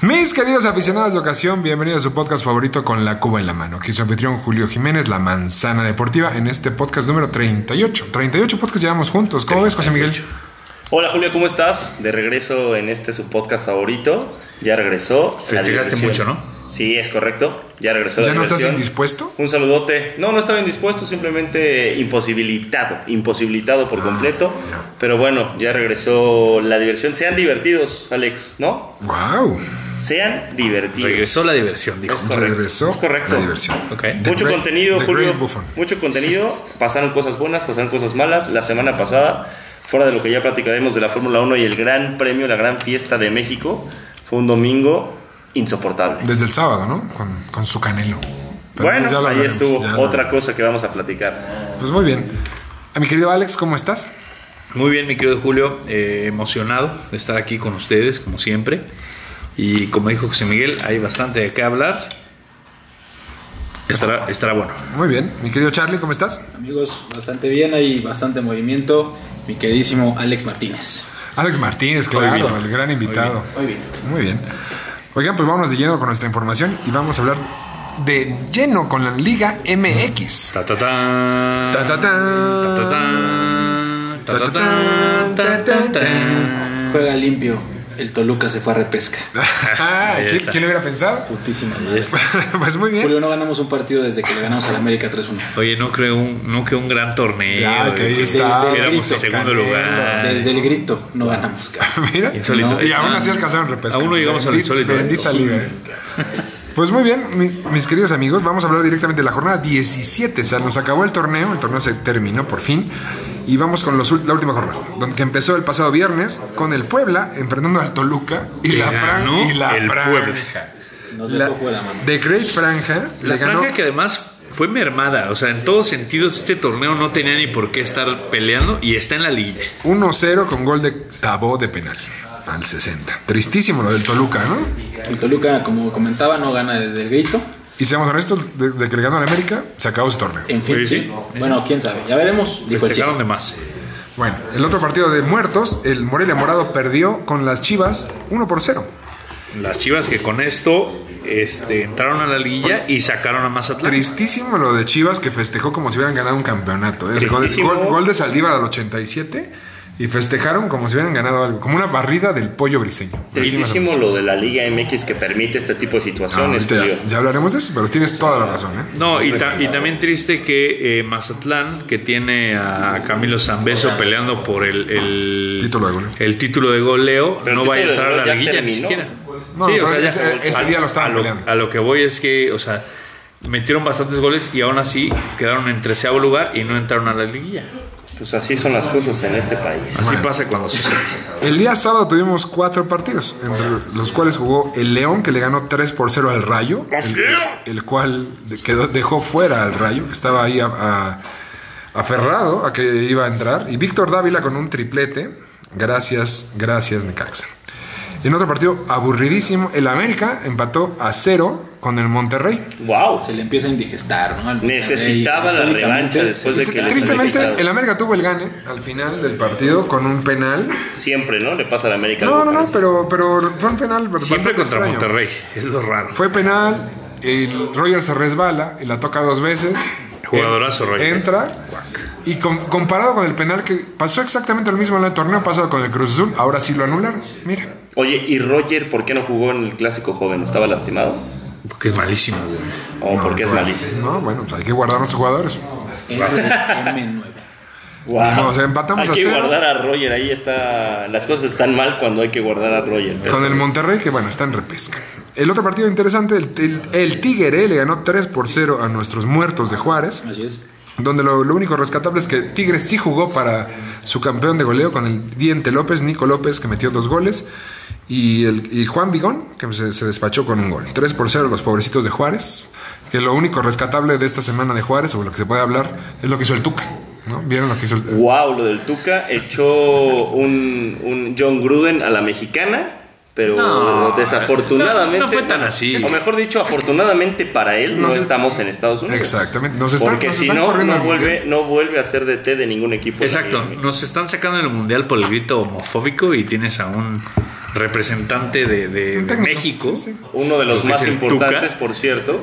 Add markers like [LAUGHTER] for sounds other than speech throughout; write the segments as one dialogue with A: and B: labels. A: Mis queridos aficionados de ocasión, bienvenidos a su podcast favorito con la Cuba en la mano. Aquí su anfitrión Julio Jiménez, La Manzana Deportiva, en este podcast número 38. 38 podcasts llevamos juntos. ¿Cómo ves, José Miguel?
B: Hola Julio, ¿cómo estás? De regreso en este su podcast favorito. Ya regresó. la
C: Festejaste
B: diversión.
C: Pues mucho, ¿no?
B: Sí, es correcto. Ya regresó. la
A: ¿Ya no estás
B: diversión.
A: indispuesto?
B: Un saludote. No, no estaba indispuesto, simplemente imposibilitado. Imposibilitado por completo. Pero bueno, ya regresó la diversión. Sean divertidos, Alex, ¿no?
A: ¡Wow!
B: Sean divertidos.
C: Regresó la diversión, dijo.
B: Es correcto.
A: Regresó
B: es correcto.
A: la diversión.
C: Ok.
A: The
B: Mucho
A: Great-
B: contenido,
A: The
B: Julio.
A: Great Buffon.
B: Mucho contenido. Pasaron cosas buenas, pasaron cosas malas. La semana pasada, fuera de lo que ya platicaremos de la Fórmula 1 y el gran premio, la gran fiesta de México, fue un domingo insoportable.
A: Desde el sábado, ¿no? Con, con su canelo. Pero ya
B: bueno,
A: lo
B: ahí
A: hablaremos,
B: estuvo
A: ya lo
B: otra
A: hablaremos.
B: cosa que vamos a platicar.
A: Pues muy bien. A mi querido Alex, ¿cómo estás?
C: Muy bien, mi querido Julio. eh, emocionado de estar aquí con ustedes, como siempre. Y como dijo José Miguel, hay bastante de qué hablar. Estará, estará bueno.
A: Muy bien. Mi querido Charlie, ¿cómo estás?
D: Amigos, bastante bien, hay bastante movimiento. Mi queridísimo Alex Martínez.
A: Alex Martínez, claro,
C: bien.
A: el gran invitado.
D: Muy bien.
A: Muy bien. Oigan, pues vámonos de lleno con nuestra información y vamos a hablar de lleno con la Liga
C: [LAUGHS]
A: MX.
C: Ta, ta, tan.
A: Ta,
C: Ta, ta,
A: ta, tan.
C: tan. Ta, ta, tan. Ta, ta, tan.
D: Juega limpio. El Toluca se fue a repesca.
A: Ah,
C: Ahí
A: ¿Quién
C: está.
A: quién lo hubiera pensado? [LAUGHS]
D: Putísima
C: Ahí
D: madre.
C: está.
A: Pues muy bien.
D: Julio, no ganamos un partido desde que le ganamos al América 3-1.
C: Oye, no creo un, no que un gran torneo.
A: Ya, que ahí
C: eh,
A: está.
D: desde el
C: Éramos
D: grito.
C: en segundo
A: Canelo.
C: lugar.
D: Desde el grito no
C: [LAUGHS]
D: ganamos, cabrón.
A: [LAUGHS] Mira.
C: Insólito.
A: Y aún así alcanzaron repesca.
C: Aún no llegamos al
A: Bendi-
C: insólito.
A: Bendita liga. eh. Pues muy bien, mi- mis queridos amigos, vamos a hablar directamente de la jornada 17. O sea, nos acabó el torneo, el torneo se terminó por fin. Y vamos con los, ul- la última jornada, donde que empezó el pasado viernes con el Puebla enfrentando al Toluca y
C: Que
A: la, fran-
C: ganó
A: y la
C: el
A: franja.
C: Puebla.
D: Nos
A: La,
D: dejó fuera, mano.
A: The Great Franja
C: La
A: le ganó.
C: franja que además fue mermada, o sea, en todos sentidos este torneo no tenía ni por qué estar peleando y está en la liguilla.
A: 1-0 con gol de Tabó de penal al 60. Tristísimo lo del Toluca, ¿no?
D: El Toluca, como comentaba, no gana desde el grito.
A: Y seamos honestos, desde que le ganó al América, se acabó su torneo.
D: En fin,
C: Oye, sí.
D: sí. Bueno, quién sabe. Ya veremos.
A: pues
D: Dijo el
C: Festejaron
D: Ciego.
C: de más.
A: Bueno, el otro partido de muertos, el Morelia Morado perdió con las Chivas 1 por 0.
C: Las Chivas que con esto este, entraron a la liguilla y sacaron a Mazatlán.
A: Tristísimo lo de Chivas que festejó como si hubieran ganado un campeonato. ¿eh? O sea, gol-
B: Tristísimo.
A: Gol, gol de Saldívar al 87 y festejaron como si hubieran ganado algo, como una barrida del pollo briseño. Así más o
B: Tristísimo
A: menos.
B: lo de la Liga MX que permite este tipo de
A: Ah,
B: situaciones,
A: ahorita
B: Julio.
A: ya, ya hablaremos de eso, pero tienes toda la razón. ¿eh?
C: No, y, ta- y también triste que eh, Mazatlán, que tiene a Camilo Zambeso peleando por el, el-
A: Título de goleo.
C: el título de goleo,
B: Pero el
C: no
B: título
C: va a
B: de
C: entrar a la
B: goleo ya
C: liguilla ni
B: terminó.
C: siquiera.
A: No, pero ese- ese día lo estaban
C: a lo,
A: peleando.
C: a lo que voy es que, o sea, metieron bastantes goles y aún así quedaron en treceavo lugar y no entraron a la liguilla.
B: Pues así son las cosas en este país.
C: Así
A: Bueno.
C: pasa cuando sucede.
A: El día sábado tuvimos cuatro partidos, entre los cuales jugó el León, que le ganó 3 por 0 al Rayo, el, el cual de- quedó, dejó fuera al Rayo, que estaba ahí a- a- aferrado a que iba a entrar, y Víctor Dávila con un triplete. Gracias, gracias, Necaxa. En otro partido aburridísimo, el América empató a cero con el Monterrey.
B: ¡Wow!
D: Se le empieza a indigestar, ¿no? Al Monterrey,
B: Necesitaba la
D: históricamente,
B: revancha después de que les
A: Tristemente,
B: había
A: el
B: quitado.
A: América tuvo el gane al final del partido con un penal.
B: Siempre, ¿no? Le pasa a la América.
A: No,
B: algo
A: no, no,
B: parecido.
A: pero, pero fue un penal. bastante
C: Siempre contra
A: extraño.
C: Monterrey, es lo raro.
A: Fue penal, el Roger se resbala y la toca dos veces.
C: Jugadorazo,
A: Eh, En-
C: Roger.
A: Entra. Y com- comparado con el penal que pasó exactamente lo mismo en el torneo pasado con el Cruz Azul, ahora sí lo anularon. Mira.
B: Oye, ¿y Roger por qué no jugó en el clásico joven? ¿Estaba lastimado?
C: Porque es malísimo, güey.
B: ¿O porque es
A: bueno,
B: malísimo?
A: No, bueno, pues hay que guardar a los jugadores.
D: M9.
B: Wow.
A: modo, o sea, empatamos a
B: hay que
A: cero.
B: guardar a Roger, ahí está. Las cosas están mal cuando hay que guardar a Roger. pero-
A: Con el Monterrey, que bueno, está en repesca. El otro partido interesante, el, el- el Tigre le ganó 3 por 0 a nuestros muertos de Juárez.
D: Así es.
A: Donde lo, lo único rescatable es que Tigres sí jugó para su campeón de goleo con el Diente López, Nico López, que metió dos goles. Y, el, y Juan Vigón, que se, se despachó con un gol. 3 por 0 los pobrecitos de Juárez. Que lo único rescatable de esta semana de Juárez, o lo que se puede hablar, es lo que hizo el Tuca. ¿no? ¿Vieron lo que hizo el Tuca?
B: Wow, lo del Tuca echó un, un John Gruden a la mexicana, pero
C: No,
B: desafortunadamente.
C: no- no fue tan así.
B: O mejor dicho, afortunadamente para él no,
A: no se-
B: estamos en Estados Unidos.
A: Exactamente. Nos están,
B: Porque
A: nos
B: si
A: están
B: no,
A: corriendo
B: no
A: al
B: vuelve,
A: Mundial.
B: no vuelve a ser DT de ningún equipo.
C: Exacto, nos están sacando el mundial por el grito homofóbico y tienes a un representante de, de-
A: Un
C: de
A: técnico,
C: México
A: sí, sí.
B: Uno de los
C: Lo que
B: más
C: es el
B: importantes,
C: Tuca.
B: por cierto.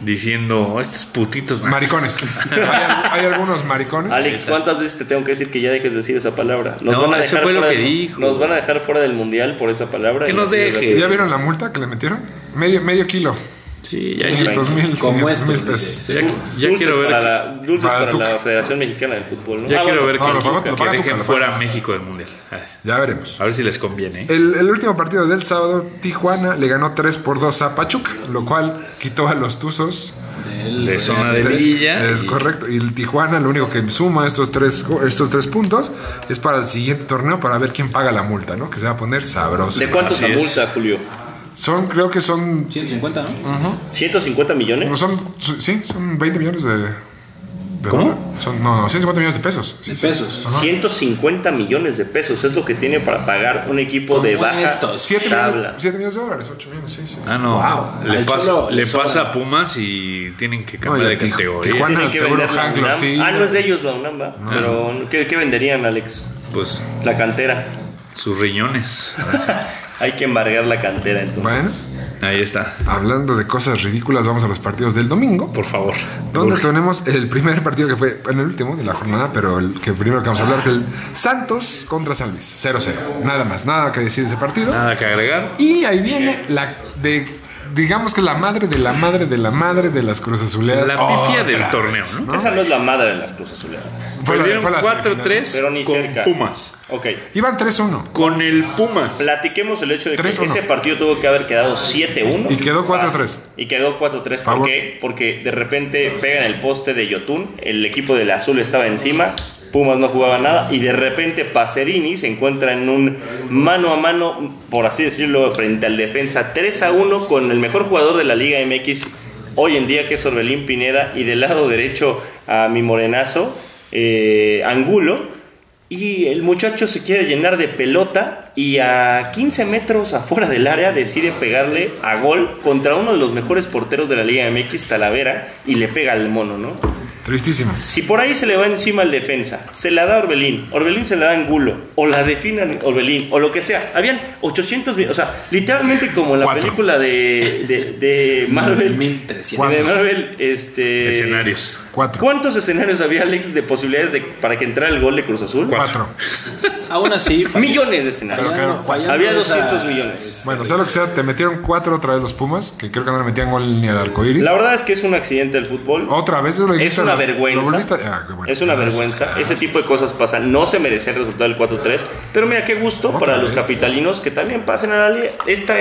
C: diciendo "Oh, estos putitos.
A: Maricones. hay, al- hay algunos maricones.
B: Alex, ¿cuántas veces te tengo que decir que ya dejes de decir esa palabra? Nos
C: No, eso fue lo
B: fuera
C: que
B: del-
C: dijo.
B: Nos van a dejar fuera del mundial por esa palabra.
C: Que
B: Y
C: nos
B: así es la-
C: deje.
A: ¿Ya vieron la multa que le metieron? Medio, medio kilo.
C: Sí, ya, ya-
A: 500 mil
D: Como
A: 500 mil
D: estos,
A: pesos.
C: [LAUGHS] ya- ya
B: dulces
C: quiero ver,
B: para
C: que-
B: la, dulces
A: para
B: para
A: Tuca.
B: la Federación Mexicana del Fútbol. ¿no?
C: ya
B: Ah,
C: quiero
B: bueno,
C: ver
A: no,
C: que-
A: lo paga-
C: que,
A: lo paga
C: dejen
A: Tuca, lo
C: fuera
A: paga.
C: a México del mundial.
A: Ya veremos.
C: A ver si les conviene. ¿eh?
A: El, el último partido del sábado, Tijuana le ganó 3 por 2 a Pachuca, lo cual quitó a los Tuzos.
D: Del-
C: De zona de
A: Es,
C: Lilla.
A: es
C: y-
A: correcto. Y el Tijuana, lo único que suma estos tres, estos tres puntos es para el siguiente torneo para ver quién paga la multa, ¿no? Que se va a poner sabroso.
B: ¿De cuánto es
C: Así
B: la
C: es.
B: multa, Julio?
A: Son, creo que son.
D: 150, ¿no?
B: ¿150
A: no,
B: millones?
A: son sí, son 20 millones de. de
C: ¿Cómo?
A: dólares. Son, no, no, 150 millones de pesos. Sí,
D: De
A: sí.
D: pesos.
A: Ajá.
B: 150 millones de pesos es lo que tiene para pagar un equipo
D: Son
B: de
D: muy
B: baja
D: estos.
A: Siete
B: tabla.
A: millones, siete millones de dólares, 8 millones, sí, sí.
C: Ah, no.
D: Wow.
C: le
D: Al
C: pasa,
D: Cholo
C: le
D: le
C: pasa
D: sobra.
C: a Pumas y tienen que
A: No,
C: cambiar
A: y
C: de
A: a Tiju-
C: categoría.
A: Tijuana-
B: Tienen
A: Bueno,
B: que
A: seguro
B: vender la
A: Hank
B: UNAM.
A: Lortilla.
B: Ah, no es de ellos la UNAM, ¿va? Pero, ¿qué, qué venderían, Alex?
C: Pues
B: La cantera.
C: sus riñones.
B: Hay que embargar la cantera, entonces.
A: Bueno,
C: Ahí está.
A: hablando de cosas ridículas, vamos a los partidos del domingo.
C: Por favor.
A: Donde
C: Urge.
A: tenemos el primer partido que fue en el último de la jornada, pero el que primero que vamos a hablar del Santos contra San Luis, 0-0. Nada más, nada que decir de ese partido.
C: Nada que agregar.
A: Y ahí viene la de digamos que la madre de la madre de la madre de las Cruz Azuleadas.
C: La pifia
A: Otra
C: del torneo,
A: vez,
C: ¿no?
B: Esa no es la madre de las cosas azuleadas.
A: Oh, Fue la-
C: Perdieron
A: fue la
B: Pero
C: 4-3
B: ni
C: con
B: cerca.
C: Pumas.
B: Ok.
A: Iban 3-1
C: Con el Pumas.
B: Platiquemos el hecho de que
A: 3-1.
B: ese partido tuvo que haber quedado 7-1.
A: Y quedó 4-3.
B: Y quedó 4-3. ¿Por
A: Favor.
B: qué? Porque de repente pegan el poste de Yotun, el equipo del azul estaba encima, Pumas no jugaba nada y de repente Pacerini se encuentra en un mano a mano, por así decirlo, frente al defensa 3-1 con el mejor jugador de la Liga MX hoy en día que es Orbelín Pineda y del lado derecho a mi morenazo eh, Angulo. Y el muchacho se quiere llenar de pelota y a 15 metros afuera del área decide pegarle a gol contra uno de los mejores porteros de la Liga MX, Talavera, y le pega al mono, ¿no?
A: Tristísimo.
B: Si por ahí se le va encima al defensa, se la da a Orbelín, Orbelín se la da a Angulo, o la defina Orbelín, o lo que sea. Habían 800 mil, o sea, literalmente como en la
A: Cuatro.
B: película de, de, de Marvel.
D: 1300.
B: De Marvel, este...
C: Escenarios.
A: 4.
B: ¿Cuántos escenarios había, Alex, de posibilidades de, para que entrara el gol de Cruz Azul?
A: 4.
D: Aún así, falló.
B: Millones de escenarios.
D: Fallando-
A: Pero,
D: fallando
B: Había
D: esa-
B: 200 millones.
A: Bueno, sea lo que sea, te metieron 4 otra vez los Pumas, que creo que no le metían gol ni al arco iris.
B: La verdad es que es un accidente del fútbol.
A: Otra vez lo
B: es
A: dijiste,
B: una
A: lo- lo volviste
B: vergüenza.
A: a- ah, qué bueno.
B: Es una
A: Gracias,
B: vergüenza. Ese
A: gracias.
B: tipo de cosas pasan. No se merece el resultado del 4-3. Pero mira, qué gusto
A: Otra
B: para los
A: vez.
B: capitalinos que también pasen a la liga. Este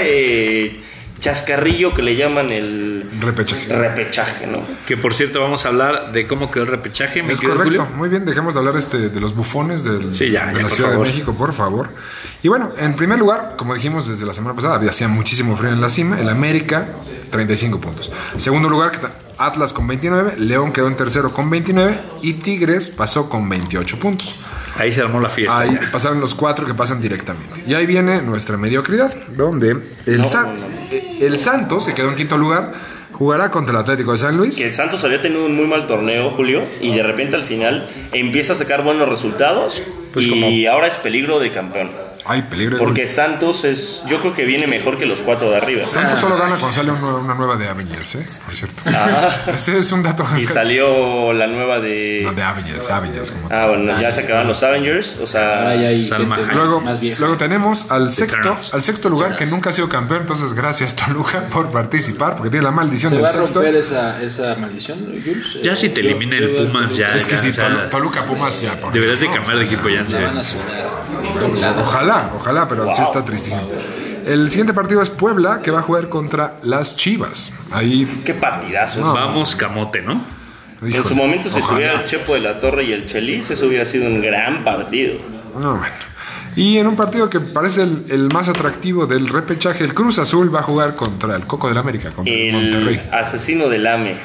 B: eh, chascarrillo que le llaman el
A: Repechaje.
B: repechaje, ¿no?
C: Que por cierto, vamos a hablar de cómo quedó el repechaje. mi
A: Es
C: querido
A: correcto,
C: Julio.
A: muy bien, dejemos de hablar este, de los bufones del-
C: Sí, ya,
A: de
C: ya,
A: la
C: por
A: Ciudad
C: favor.
A: de México, por favor. Y bueno, en primer lugar, como dijimos desde la semana pasada, había hacía muchísimo frío en la cima, el América, 35 puntos. Segundo lugar, que ta- Atlas con 29, León quedó en tercero con 29 y Tigres pasó con 28 puntos.
C: Ahí se armó la fiesta.
A: Ahí
C: ya.
A: pasaron los cuatro que pasan directamente. Y ahí viene nuestra mediocridad, donde el, Sa- eh, el Santos, que quedó en quinto lugar, jugará contra el Atlético de San Luis.
B: Que el Santos había tenido un muy mal torneo, Julio. Y de repente al final empieza a sacar buenos resultados.
C: Pues
B: y
C: como-
B: ahora es peligro de campeón.
A: Hay peligro de
B: Porque Santos es, yo creo que viene mejor que los cuatro de arriba.
A: Santos
C: Ah.
A: solo gana cuando sale una, una nueva de Avengers, ¿eh? Por cierto. [LAUGHS] Ese es un dato.
B: Y salió la nueva
A: No,
B: de...
A: de Avengers, Avengers. Como
B: Ah,
A: tal.
B: bueno, ya se acabaron los Avengers. O
D: Ahora ya
B: sea,
D: hay
C: Salma
D: gente
C: Hayek.
A: Luego,
D: más vieja.
A: luego tenemos al sexto,
C: Eternals.
A: al sexto lugar que nunca ha sido campeón, entonces gracias Toluca por participar, porque tiene la maldición
D: ¿Se
A: del
D: va a
A: sexto.
D: romper esa, esa maldición, Jules? Eh,
C: Ya si te elimina el Pumas, ya.
A: Es que
C: ya,
A: si
C: o sea,
A: Toluca Pumas ya por
C: Deberías de
A: no,
C: cambiar de equipo ya. en
D: La
C: serio.
D: van a sudar. Doblada.
A: Ojalá, ojalá, pero sí está tristísimo. El siguiente partido es Puebla, que va a jugar contra las Chivas. Ahí,
B: qué partidazo.
C: Vamos, camote, ¿no?
B: en
A: híjole,
B: su momento, si
A: ojalá.
B: estuviera el Chepo de la Torre y el Chelis, eso hubiera sido un gran partido.
A: No, bueno. Y en un partido que parece el, el más atractivo del repechaje, el Cruz Azul va a jugar contra el Coco del América, contra el
B: El
A: Monterrey.
B: asesino del AME.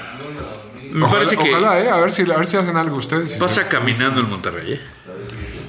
C: Me
A: ojalá,
C: parece que
A: ojalá, eh, a ver si a ver si hacen algo ustedes.
C: pasa caminando el Monterrey. ¿eh?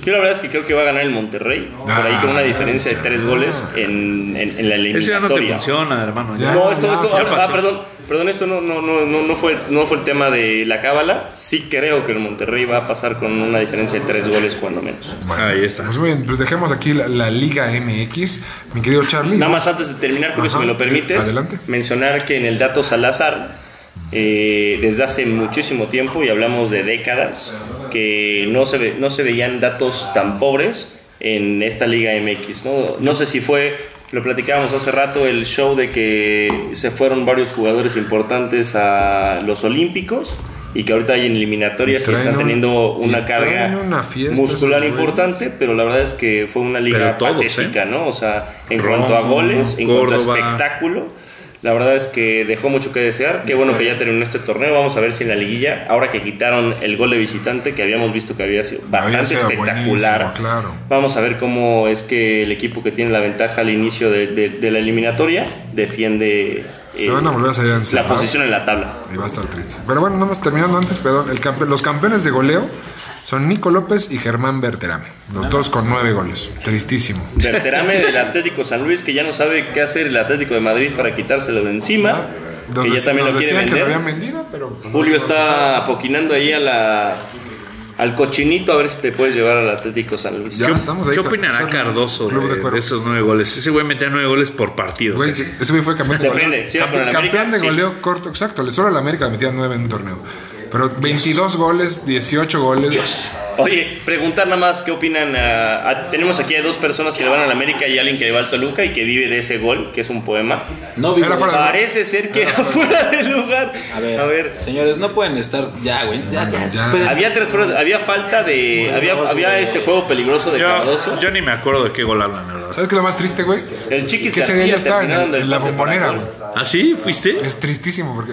B: Yo la verdad es que creo que va a ganar el Monterrey, por
A: Ah,
B: ahí con una diferencia de tres goles en, en- en la
C: Eso ya no te
B: eliminatoria.
C: funciona, hermano. ya.
B: No, esto, esto-
C: ya
B: ah,
C: pasó.
B: perdón, perdón, esto no, no, no, no, no fue, no fue el tema de la cábala. Sí creo que el Monterrey va a pasar con una diferencia de tres goles cuando menos.
C: Ahí está.
A: Pues muy bien, pues dejemos aquí la, la Liga MX, mi querido Charlie.
B: Nada más antes de terminar, Julio,
A: Ajá.
B: si me lo permites,
A: Adelante.
B: mencionar que en el dato Salazar, eh, desde hace muchísimo tiempo, y hablamos de décadas, que no se, ve- no se veían datos tan pobres en esta Liga MX. No, no sé si fue, lo platicábamos hace rato, el show de que se fueron varios jugadores importantes a los Olímpicos. Y que ahorita hay en eliminatorias
A: Y
B: que
A: traen
B: están
A: un-
B: teniendo
A: y
B: una carga
A: traen una fiesta
B: muscular
A: esos güeyes. ¿eh?
B: importante, pero la verdad es que fue una liga
C: Pero todos,
B: patética, ¿no? O sea, en
C: Romo,
B: cuanto a goles, en cuanto
C: Córdoba.
B: a espectáculo, la verdad es que dejó mucho que desear. Qué bueno que ya terminó este torneo. Vamos a ver si en la liguilla, ahora que quitaron el gol de visitante, que habíamos visto que había sido bastante
A: Había sido buenísimo,
B: espectacular.
A: claro.
B: Vamos a ver cómo es que el equipo que tiene la ventaja al inicio de, de- de la eliminatoria defiende
A: Se
B: eh,
A: van a volver a salir
B: la posición en la tabla.
A: Y va a estar triste. Pero bueno, nada más terminando antes, perdón. El campe- los campeones de goleo son Nico López y Germán Berterame. Los dos con nueve goles. Tristísimo.
B: Berterame
A: [LAUGHS]
B: del Atlético San Luis, que ya no sabe qué hacer el Atlético de Madrid para quitárselo de encima.
A: Nos
B: que
A: dec-
B: ya también
A: nos
B: lo quiere
A: decían que
B: vender.
A: lo habían vendido, pero. pues
B: Julio está apoquinando ahí a la, al cochinito a ver si te puedes llevar al Atlético San Luis.
A: Ya estamos ahí
C: ¿Qué
A: con-
C: opinará
A: son-
C: Cardoso
A: Club
C: de,
A: de cuero.
C: de esos nueve goles? Ese güey metía nueve goles por partido.
A: Güey,
C: casi.
A: ese güey fue campeón de goleo.
B: Depende, si era con el América,
A: campeón de
B: sí.
A: goleo corto, exacto. Solo el América le metía nueve en un torneo. Pero 22 goles, 18 goles.
B: Oye, preguntar nada más qué opinan. a- a- tenemos aquí a dos personas que le van al América y alguien que le va al Toluca y que vive de ese gol, que es un poema.
D: No vivo
A: Era
D: de
A: fuera
D: eso.
B: Parece ser que era fuera de lugar.
D: A ver, señores, no pueden estar. Ya, güey. Ya, ya,
A: Ya.
D: esperen.
B: Había tres fuerzas, había falta de. Había, había este juego peligroso de Cardoso.
C: Yo, yo ni me acuerdo de qué gol hablan, la verdad.
A: ¿Sabes qué es lo más triste, güey?
B: El Chiquis
A: Que ese día
B: García
A: yo estaba en,
B: terminó dando el
A: en la
B: pase para
A: bombonera,
B: gol.
A: güey.
C: ¿Ah, sí? ¿Fuiste?
A: Es tristísimo porque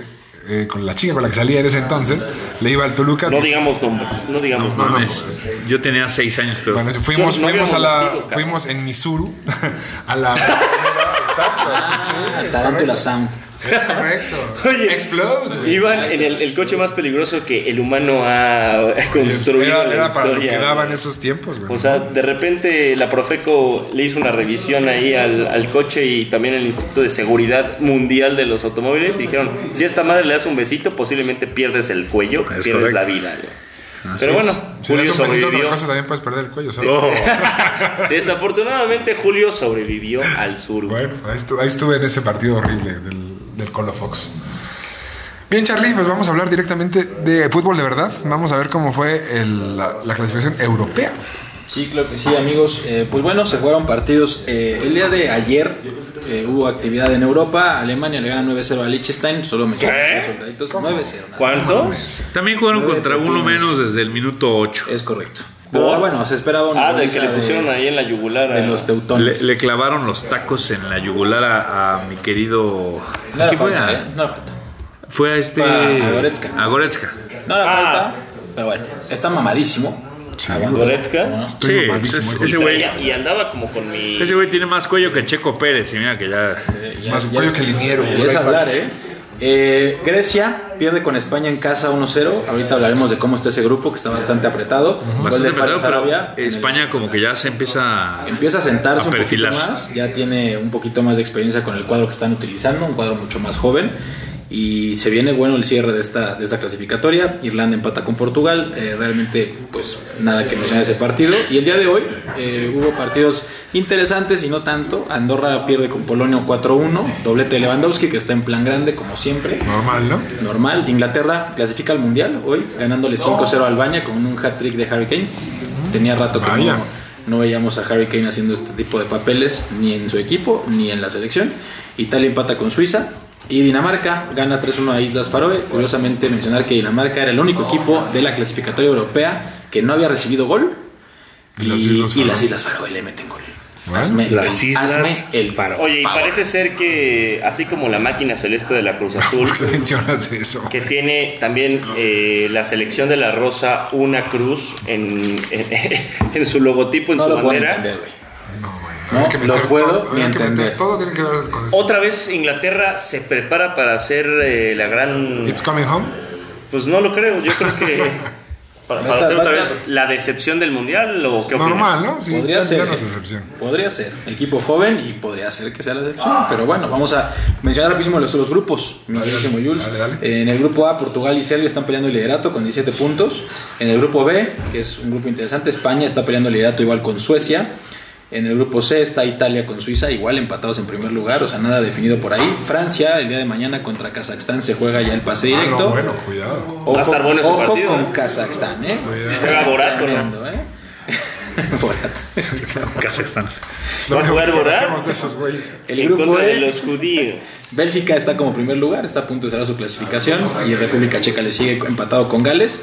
A: eh, con la chica con la que salía en ese entonces, le iba al Toluca.
B: No digamos nombres, no digamos
C: No,
B: nombres.
C: mames. Yo tenía seis años, creo.
A: Bueno, fuimos,
B: Yo no
A: fuimos, a
B: habíamos
A: la,
B: nacido, cabrón.
A: fuimos en Misuru [LAUGHS] a la. [LAUGHS] Exacto, sí,
D: Ah,
A: sí.
D: Tarántula Sound.
A: Es correcto.
B: Oye,
A: Explode. güey.
B: Iban en el, el coche más peligroso que el humano ha construido.
A: Era,
B: en la
A: era para lo
B: historia,
A: que daban
B: güey.
A: esos tiempos, güey.
B: O sea, de repente la Profeco le hizo una revisión ahí al, al coche y también el Instituto de Seguridad Mundial de los Automóviles y dijeron, si a esta madre le das un besito, posiblemente pierdes el cuello,
C: Es
B: pierdes
C: correcto.
B: la vida. ¿no? Pero bueno,
A: si le
B: Julio
A: das un besito a otra
B: sobrevivió.
A: cosa, también puedes perder el cuello, ¿sabes?
C: Oh,
B: [LAUGHS] Desafortunadamente Julio sobrevivió al sur.
A: Bueno, ahí estuve, ahí estuve en ese partido horrible del, del Colo Fox. Bien, Charlie, pues vamos a hablar directamente de fútbol de verdad. Vamos a ver cómo fue el- la, la clasificación europea.
D: Sí, claro que sí, amigos. Eh, pues bueno, se jugaron partidos. eh, el día de ayer eh, hubo actividad en Europa. Alemania le gana 9-0 a Liechtenstein. Solo me
B: ¿Qué?
D: resultaditos. 9-0. nada.
B: ¿Cuánto?
C: también jugaron
D: Nueve
C: contra uno
D: puntos.
C: menos desde el minuto 8.
D: Es correcto. Pero bueno, se esperaba una
B: Ah, de que
D: goliza
B: le pusieron
D: de,
B: ahí en la yugular. a-
D: de los
C: Ah, Le,
D: teutones.
C: le clavaron los tacos en la yugular a, a mi querido.
D: no
C: ¿Qué
D: era
C: fue? Ah.
D: falta,
C: A-
D: ¿eh? No era falta.
C: Fue a este.
D: Fue a Goretzka.
C: A Goretzka.
D: No era
B: Ah.
D: falta, pero bueno, está mamadísimo. Ah,
B: Goretzka.
A: Estoy
C: Sí,
A: mamadísimo,
C: ese-
A: hijo de-
C: ese güey-
B: Traía- Y andaba como con mi...
C: Ese güey tiene más cuello que Checo Pérez. Y mira que ya.
D: Ya-
A: Más
D: ya
A: cuello
D: es-
A: que liniero,
D: ya
A: güey.
D: es hablar, ¿eh? Eh, Grecia pierde con España en casa 1-0. Ahorita hablaremos de cómo está ese grupo que está bastante apretado. Gol
C: Bastante
D: de Paris
C: apretado, pero
D: Arabia en el-
C: España como que ya se empieza.
D: Empieza a sentarse
C: A
D: un poquito
C: perfilar.
D: más, ya tiene un poquito más de experiencia con el cuadro que están utilizando, un cuadro mucho más joven. Y se viene bueno el cierre de esta, de esta clasificatoria. Irlanda empata con Portugal. eh, realmente, pues nada que mencionar ese partido. Y el día de hoy eh, hubo partidos interesantes y no tanto. Andorra pierde con Polonia 4-1. Doblete de Lewandowski, que está en plan grande, como siempre.
A: Normal, ¿no? [LAUGHS]
D: Normal. Inglaterra clasifica al mundial hoy, ganándole 5-0 a Albania con un hat-trick de Harry Kane. Tenía rato que
A: Vaya.
D: no, no veíamos a Harry Kane haciendo este tipo de papeles, ni en su equipo, ni en la selección. Italia empata con Suiza. Y Dinamarca gana 3-1 a Islas Faroe. Curiosamente mencionar que Dinamarca era el único equipo de la clasificatoria europea que no había recibido gol.
A: Y las Islas
D: y
A: Faroe.
D: las Islas Faroe le meten gol.
A: Bueno,
C: las
D: el-
C: Islas
D: hazme el
C: Faroe.
B: Oye, y
D: favor.
B: parece ser que, así como la máquina celeste de la Cruz Azul,
A: ¿Por qué mencionas eso?
B: que tiene también eh, la selección de la rosa una cruz en, [LAUGHS] en- en su logotipo, en
D: No
B: su
D: lo puedo
B: bandera,
D: entender, güey. ¿no?
A: Habría que meter
D: Lo puedo
A: todo,
D: ni
A: habría que meter
D: entender.
A: todo tiene que ver con esto.
B: Otra vez Inglaterra se prepara para hacer eh, la gran...
A: It's coming home.
B: Pues no lo creo, yo creo
D: [LAUGHS]
B: que... Para, para
D: Va a
B: hacer
D: estar-
B: otra
D: va a
B: vez
D: estar-
B: la decepción del mundial o qué opinas?
A: Normal, ¿no? Sí,
D: podría
A: sí,
D: ser.
A: ya no
D: eh.
A: es excepción.
D: Podría ser. Equipo joven y podría ser que sea la excepción. Pero bueno, vamos a mencionar rapidísimo los, los grupos. Mi
A: Dale,
D: queridísimo Jules.
A: dale, dale.
D: En el grupo A, Portugal y Serbia están peleando el liderato con 17 puntos. En el grupo B, que es un grupo interesante, España está peleando el liderato igual con Suecia. En el grupo C está Italia con Suiza, igual empatados en primer lugar, o sea, nada definido por ahí. Francia, el día de mañana contra Kazajstán se juega ya el pase
A: Ah, no,
D: directo.
A: bueno, cuidado.
D: Ojo,
B: Va a estar bueno ese
D: ojo
B: partido,
D: con
B: ¿eh?
D: Kazajstán, ¿eh?
B: Juega Borat, ¿o no?
D: Tremendo, ¿eh? [LAUGHS] Borat.
C: Kazajstán.
A: Es
B: ¿Va a jugar
A: que
B: Borat?
A: hacemos de esos güeyes.
D: El
B: en
D: grupo
B: contra
D: E,
B: de los judíos.
D: Bélgica está como primer lugar, está a punto de cerrar su clasificación
A: Ah,
D: y República Checa le sigue empatado con Gales.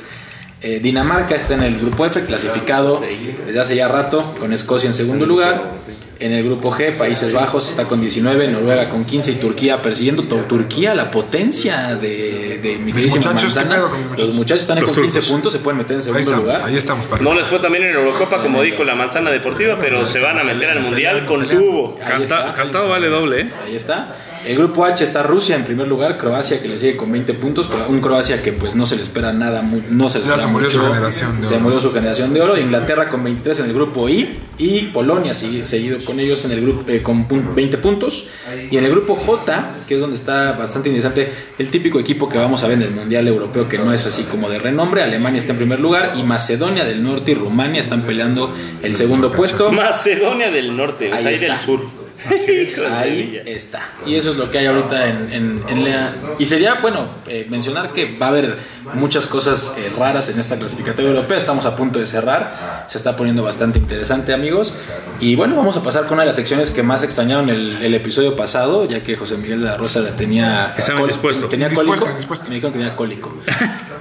D: Eh, Dinamarca está en el grupo F, clasificado desde hace ya rato, con Escocia en segundo lugar. En el grupo G, Países Bajos está con 19, Noruega con 15 y Turquía persiguiendo. Tu- Turquía, la potencia de, de mi
A: Mis
D: queridísima
A: muchachos, ¿qué
D: manzana.
A: pedo con mis muchachos?
D: Los muchachos están ahí
C: Los
D: con 15
C: turcos.
D: puntos, se pueden meter en
A: Ahí
D: segundo
A: estamos,
D: lugar.
A: ahí estamos, para.
B: No les fue también en Eurocopa, como dijo la manzana deportiva, pero se van a meter al mundial con tubo.
D: Ahí está.
C: Canta- cantado vale doble, ¿eh?
D: Ahí está. El grupo H está Rusia en primer lugar, Croacia que le sigue con 20 puntos, pero un Croacia que pues no se le espera nada, mu- no se le
A: Ya
D: espera
A: se murió
D: mucho.
A: su generación de
D: Se
A: oro.
D: murió su generación de oro. Inglaterra con 23 en el grupo I y Polonia sigue- seguido con ellos en el grupo eh, con pun- 20 puntos y en el grupo J, que es donde está bastante interesante el típico equipo que vamos a ver en el Mundial Europeo que no es así como de renombre, Alemania está en primer lugar y Macedonia del Norte y Rumania están peleando el segundo
B: [LAUGHS]
D: puesto.
B: Macedonia del Norte, o sea,
D: Ahí
B: ahí del
D: está.
B: sur. [LAUGHS] Hijos Pues de
D: Ahí
B: Villa.
D: está. Y eso es lo que hay ahorita en, en- en la... Y sería, bueno, eh, mencionar que va a haber muchas cosas eh, raras en esta clasificatoria europea. Estamos a punto de cerrar. Se está poniendo bastante interesante, amigos. Y bueno, vamos a pasar con una de las secciones que más extrañaron el, el episodio pasado, ya que José Miguel de la Rosa la tenía...
C: Estaba
D: col-
C: indispuesto.
D: Tenía
A: Indispuesto,
D: cólico.
A: indispuesto.
D: Me dijeron que tenía cólico. [LAUGHS]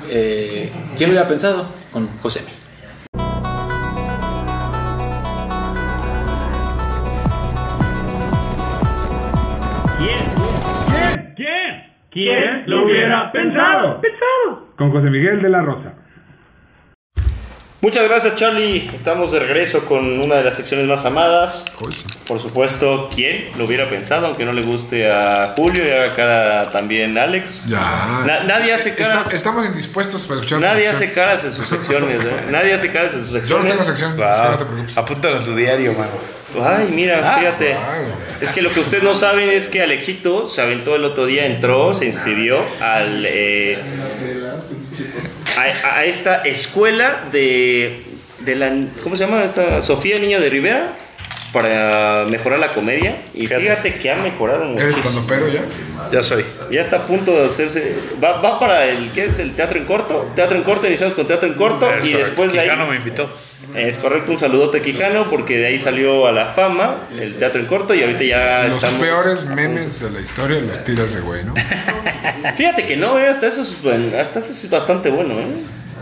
D: Eh, ¿Quién lo hubiera pensado? Con José Miguel.
E: ¿Quién? ¿Quién? ¿Quién lo hubiera pensado? Pensado. Con José Miguel de la Rosa.
B: Muchas gracias, Charlie. Estamos de regreso con una de las secciones más amadas.
A: Pues,
B: Por supuesto, ¿quién lo hubiera pensado? Aunque no le guste a Julio y haga cara también Alex.
A: Ya.
B: Na- nadie hace
A: Está-
B: caras.
A: estamos indispuestos para escuchar. tu
B: Nadie
A: sección.
B: hace caras en sus secciones, ¿eh? Nadie hace caras Ah, en sus
A: Yo
B: secciones.
A: no tengo sección, así que no te preocupes.
C: Apúntalo en tu diario, mano.
B: Ay, mira,
C: Ah,
B: fíjate.
A: wow.
B: Es que lo que ustedes no saben es que Alexito se aventó el otro día, entró, se inscribió al eh, a, a esta escuela de, de la ¿cómo se llama? esta Sofía Niño de Rivera para mejorar la comedia y
C: Fíjate.
B: fíjate que ha mejorado
A: ¿Eres
B: muchísimo.
A: estandopero ya?
C: Ya soy.
B: Ya está a punto de hacerse va, va para el ¿qué es el teatro en corto? Teatro en corto, iniciamos con teatro en corto
C: Es
B: y
C: correcto.
B: después de ahí
C: Quijano me invitó.
B: es correcto, un saludote Quijano, porque de ahí salió a la fama el teatro en corto y ahorita ya
A: Los
B: estamos-
A: peores memes de la historia los tiras de
B: [LAUGHS]
A: güey, ¿no?
B: Fíjate que no, eh, hasta, eso es, bueno, hasta eso es bastante bueno, ¿eh?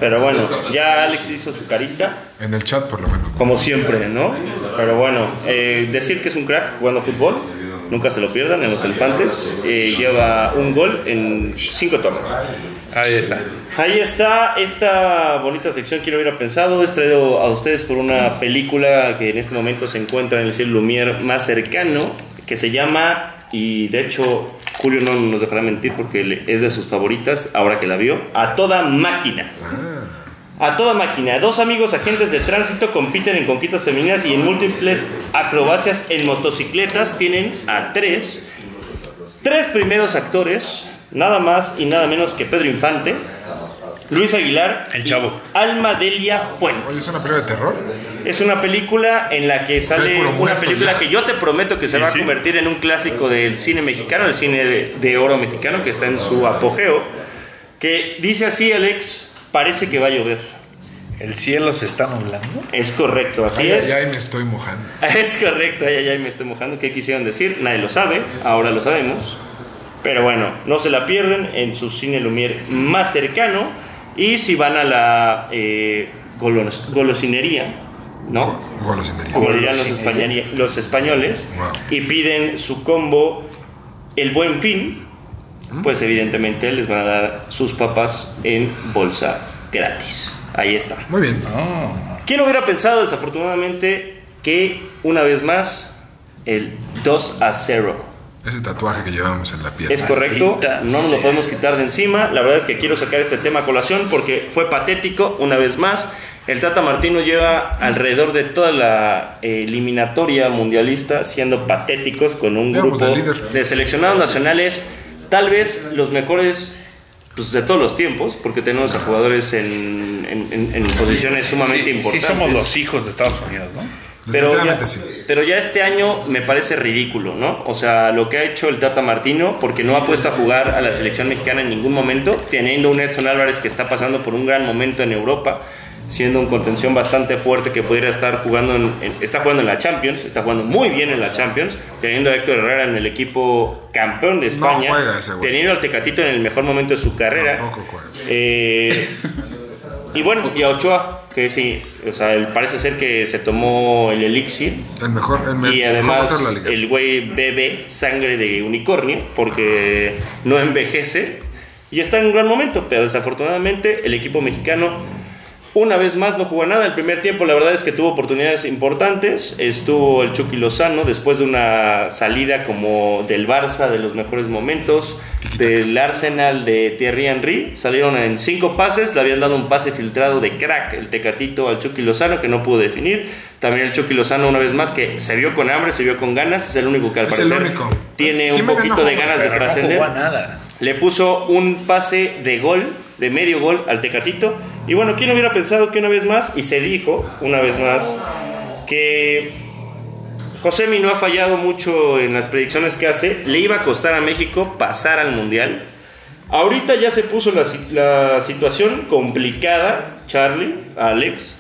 B: Pero bueno, ya Alex hizo su carita,
A: En el chat, por lo menos.
B: como siempre, ¿no? Pero bueno, eh, decir que es un crack jugando fútbol, nunca se lo pierdan en los elefantes, eh, lleva un gol en cinco torneos.
C: Ahí está.
B: Ahí está esta bonita sección que yo hubiera pensado. Es traído a ustedes por una película que en este momento se encuentra en el cielo Lumière más cercano, que se llama, y de hecho Julio no nos dejará mentir porque le- es de sus favoritas, ahora que la vio, A Toda Máquina. A toda máquina, dos amigos agentes de tránsito compiten en conquistas femeninas y en múltiples acrobacias en motocicletas tienen a tres tres primeros actores, nada más y nada menos que Pedro Infante, Luis Aguilar,
C: El Chavo.
B: y Alma Delia
A: Oye,
B: Fuentes.
A: ¿es una película de terror?
B: Es una película en la que sale
A: puro
B: una
A: muerto,
B: película
A: ya.
B: que yo te prometo que se va a
C: sí.
B: convertir en un clásico del cine mexicano, el cine de, de oro mexicano que está en su apogeo, que dice así Alex, parece que va a llover.
C: El cielo se está nublando.
B: Es correcto, así
A: Ay,
B: es.
A: ay, ay, me estoy mojando.
B: [LAUGHS] Es correcto, ay, ay, ay, me estoy mojando. ¿Qué quisieron decir? Nadie lo sabe, ahora lo sabemos. Pero bueno, no se la pierden en su cine Lumière más cercano. Y si van a la eh, golos- golosinería, ¿no?
A: Golosinería.
B: Como dirían los, españoli- los españoles,
A: Wow.
B: y piden su combo El Buen Fin, pues evidentemente les van a dar sus papas en bolsa gratis. Ahí está.
A: Muy bien.
B: ¿Quién hubiera pensado, desafortunadamente, que una vez más el 2 a 0.
A: Ese tatuaje que llevamos en la pierna.
B: Es correcto,
C: Maldita
B: no nos
C: sea.
B: lo podemos quitar de encima. La verdad es que quiero sacar este tema a colación porque fue patético una vez más. El Tata Martino lleva alrededor de toda la eh, eliminatoria mundialista siendo patéticos con un
A: Veamos
B: grupo
A: al líder.
B: de seleccionados nacionales, tal vez los mejores pues, de todos los tiempos, porque tenemos a jugadores en, en- en- en posiciones sumamente
C: Sí, sí
B: importantes.
C: somos los hijos de Estados Unidos, ¿no?
B: Pero
A: Desgraciadamente
B: ya,
A: sí.
B: pero ya este año me parece ridículo, ¿no? O sea, lo que ha hecho el Tata Martino, porque no ha puesto a jugar a la selección mexicana en ningún momento, teniendo un Edson Álvarez que está pasando por un gran momento en Europa, siendo un contención bastante fuerte que pudiera estar jugando en, en- está jugando en la Champions, está jugando muy bien en la Champions, teniendo a Héctor Herrera en el equipo campeón de
A: No
B: España,
A: juega ese güey.
B: teniendo al Tecatito en el mejor momento de su carrera.
A: Tampoco juega.
B: Eh, y bueno, y a Ochoa, que sí, o sea, él parece ser que se tomó el elixir
A: El mejor, el mejor
B: y además
A: jugador de la liga.
B: el güey bebe sangre de unicornio porque no envejece y está en un gran momento, pero desafortunadamente el equipo mexicano una vez más no jugó nada. El primer tiempo la verdad es que tuvo oportunidades importantes, estuvo el Chucky Lozano después de una salida como del Barça de los mejores momentos, del Arsenal de Thierry Henry, salieron en cinco pases, le habían dado un pase filtrado de crack el Tecatito al Chucky Lozano que no pudo definir. También el Chucky Lozano una vez más que se vio con hambre, se vio con ganas, es el único que al
A: Es el
B: parecer
A: único.
B: tiene un
A: Jiménez no
B: poquito
A: jugó,
B: de ganas de
C: Pero no
B: trascender.
C: jugó a nada.
B: Le puso un pase de gol, de medio gol al Tecatito. Y bueno, ¿quién hubiera pensado que una vez más, y se dijo una vez más, que Josemi no ha fallado mucho en las predicciones que hace, le iba a costar a México pasar al Mundial. Ahorita ya se puso la, si- la situación complicada, Charlie, Alex,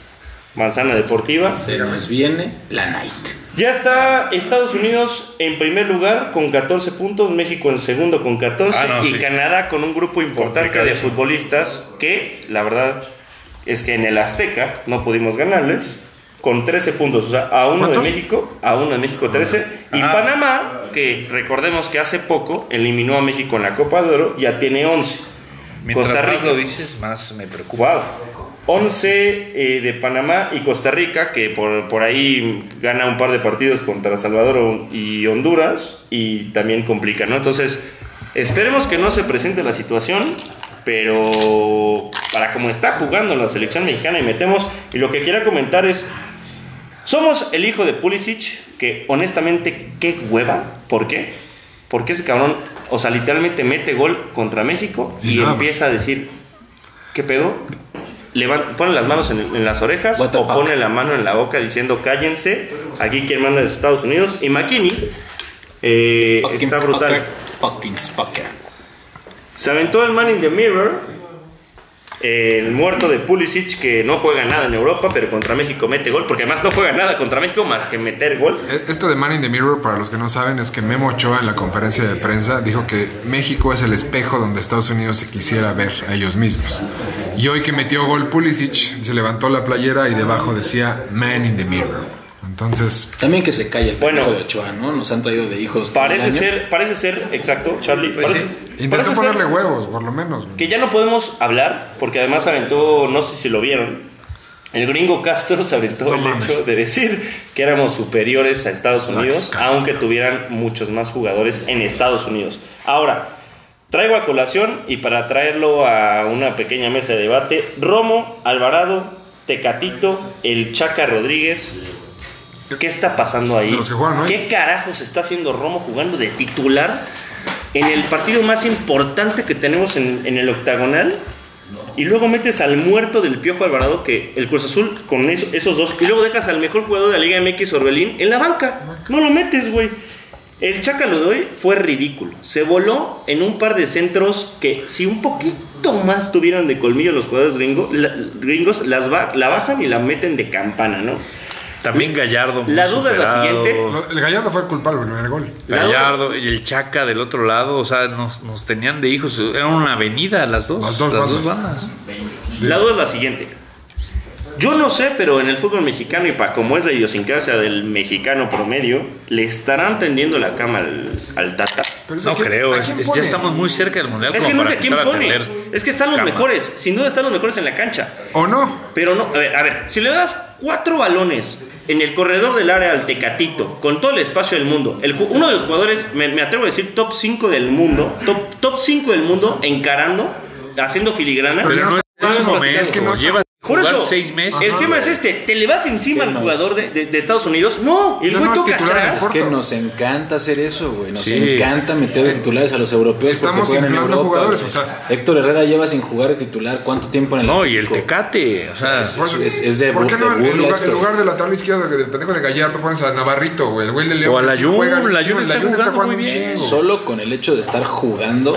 B: Manzana Deportiva.
D: Se nos viene la night.
B: Ya está Estados Unidos en primer lugar con 14 puntos, México en segundo con 14
C: Ah, no,
B: y
C: sí.
B: Canadá con un grupo importante de
C: Complicadísimo.
B: futbolistas que la verdad es que en el Azteca no pudimos ganarles con 13 puntos, o sea, a uno
A: ¿Cuántos?
B: de México, a uno de México 13 y
C: Ah.
B: Panamá, que recordemos que hace poco eliminó a México en la Copa de Oro, ya tiene 11.
C: Mientras
B: Costa
C: más
B: Rica.
C: lo dices, más me preocupa.
B: Wow. 11 eh, de Panamá y Costa Rica, que por, por ahí gana un par de partidos contra Salvador y Honduras y también complica, ¿no? Entonces, esperemos que no se presente la situación, pero para como está jugando la selección mexicana y metemos, y lo que quiera comentar es, somos el hijo de Pulisic, que honestamente, qué hueva, ¿por qué? Porque ese cabrón, o sea, literalmente mete gol contra México
A: Y
B: y
A: nada más.
B: empieza a decir, ¿Qué pedo? Levan- pone las manos en, en las orejas
D: What the
B: o
D: fuck?
B: pone la mano en la boca diciendo cállense, aquí quien manda es Estados Unidos. Y McKinney eh,
D: Fucking
B: está brutal.
D: fucker, Fucking fucker.
B: Se aventó el Man in the Mirror, eh, el muerto de Pulisic que no juega nada en Europa, pero contra México mete gol, porque además no juega nada contra México más que meter gol.
A: E- Esto de Man in the Mirror, para los que no saben, es que Memo Ochoa en la conferencia de prensa dijo que México es el espejo donde Estados Unidos se quisiera ver a ellos mismos. Y hoy que metió gol Pulisic, se levantó la playera y debajo decía Man in the Mirror. Entonces,
D: También que se calle el
B: Bueno.
D: pendejo de Ochoa, ¿no? Nos han traído de hijos. todo el
B: Parece
D: año. Pues
B: ser, parece ser, exacto, Charlie. parece,
A: intentó
B: parece ser-
A: ponerle huevos, por lo menos. güey.
B: que ya no podemos hablar, porque además aventó, no sé si lo vieron, el gringo Castro se aventó
A: No
B: el
A: mames.
B: hecho de decir que éramos superiores a Estados Unidos,
A: Castro.
B: aunque tuvieran muchos más jugadores en Estados Unidos. Ahora, traigo a colación y para traerlo a una pequeña mesa de debate, Romo, Alvarado, Tecatito, el Chaca Rodríguez. ¿Qué está pasando ahí?
A: De los que juegan hoy.
B: ¿Qué carajos está haciendo Romo jugando de titular en el partido más importante que tenemos en, en el octagonal? Y luego metes al muerto del Piojo Alvarado, que el Cruz Azul con eso- esos dos. Y luego dejas al mejor jugador de la Liga MX, Orbelín, en la banca. No lo metes, güey. El Chaca lo doy fue ridículo. Se voló en un par de centros que si un poquito más tuvieran de colmillo los jugadores gringo- la- gringos, las ba- la bajan y la meten de campana, ¿no?
C: También Gallardo. muy
B: La duda es la
C: superado.
B: siguiente.
A: No, el Gallardo fue el culpable del primer gol.
C: Gallardo y el Chaca del otro lado, o sea, nos, nos tenían de hijos. Era una avenida las dos.
A: Las dos bandas.
B: La duda es la siguiente. Yo no sé, pero en el fútbol mexicano y para como es la idiosincrasia del mexicano promedio, le estarán tendiendo la cama al, al Tata.
A: Pero eso
C: No
A: que-
C: creo,
A: ¿a
C: es-
A: quién
C: es- ya
A: pones?
C: estamos muy cerca del mundial.
B: Es
C: como
B: que no
C: para
B: sé a quién
C: empezar a
B: pones.
C: tener
B: Es que están los
C: camas.
B: mejores. Sin duda están los mejores en la cancha.
A: ¿O no?
B: Pero no, a ver, a ver, si le das cuatro balones en el corredor del área al Tecatito, con todo el espacio del mundo. El ju- uno de los jugadores, me, me atrevo a decir, top 5 del mundo, top, top 5 del mundo, encarando, haciendo filigrana.
C: Pero no es el
A: Estamos
C: momento.
A: platicando, es que no
C: Lleva
B: Por eso,
C: seis meses.
B: el tema es este, ¿te le vas encima al
D: nos-
B: jugador de, de- de Estados Unidos? No, el
A: Ya
B: güey
A: no es
B: toca
A: titular en el
B: atrás.
D: Es que
A: Corto.
D: nos encanta hacer eso, güey. Nos
C: Sí.
D: encanta meter de titulares a los europeos
A: Estamos
D: porque juegan en
A: inflando
D: Europa.
A: jugadores,
D: güey.
A: o sea.
D: Héctor Herrera lleva sin jugar de titular cuánto tiempo en el
C: No, y el
D: Atlético?
C: Tecate. O sea,
D: Es- es- es de
A: ¿Por qué
D: bu-
A: no
D: de
A: en
D: burla
A: lugar,
D: esto.
A: en lugar de la tabla izquierda del pendejo de Gallardo pones a Navarrito, güey? El güey de León.
C: O a
A: que sí
C: Layún,
A: juega un
C: Layún
A: chingo,
C: está jugando muy bien.
A: chingo.
D: Solo con el hecho de estar jugando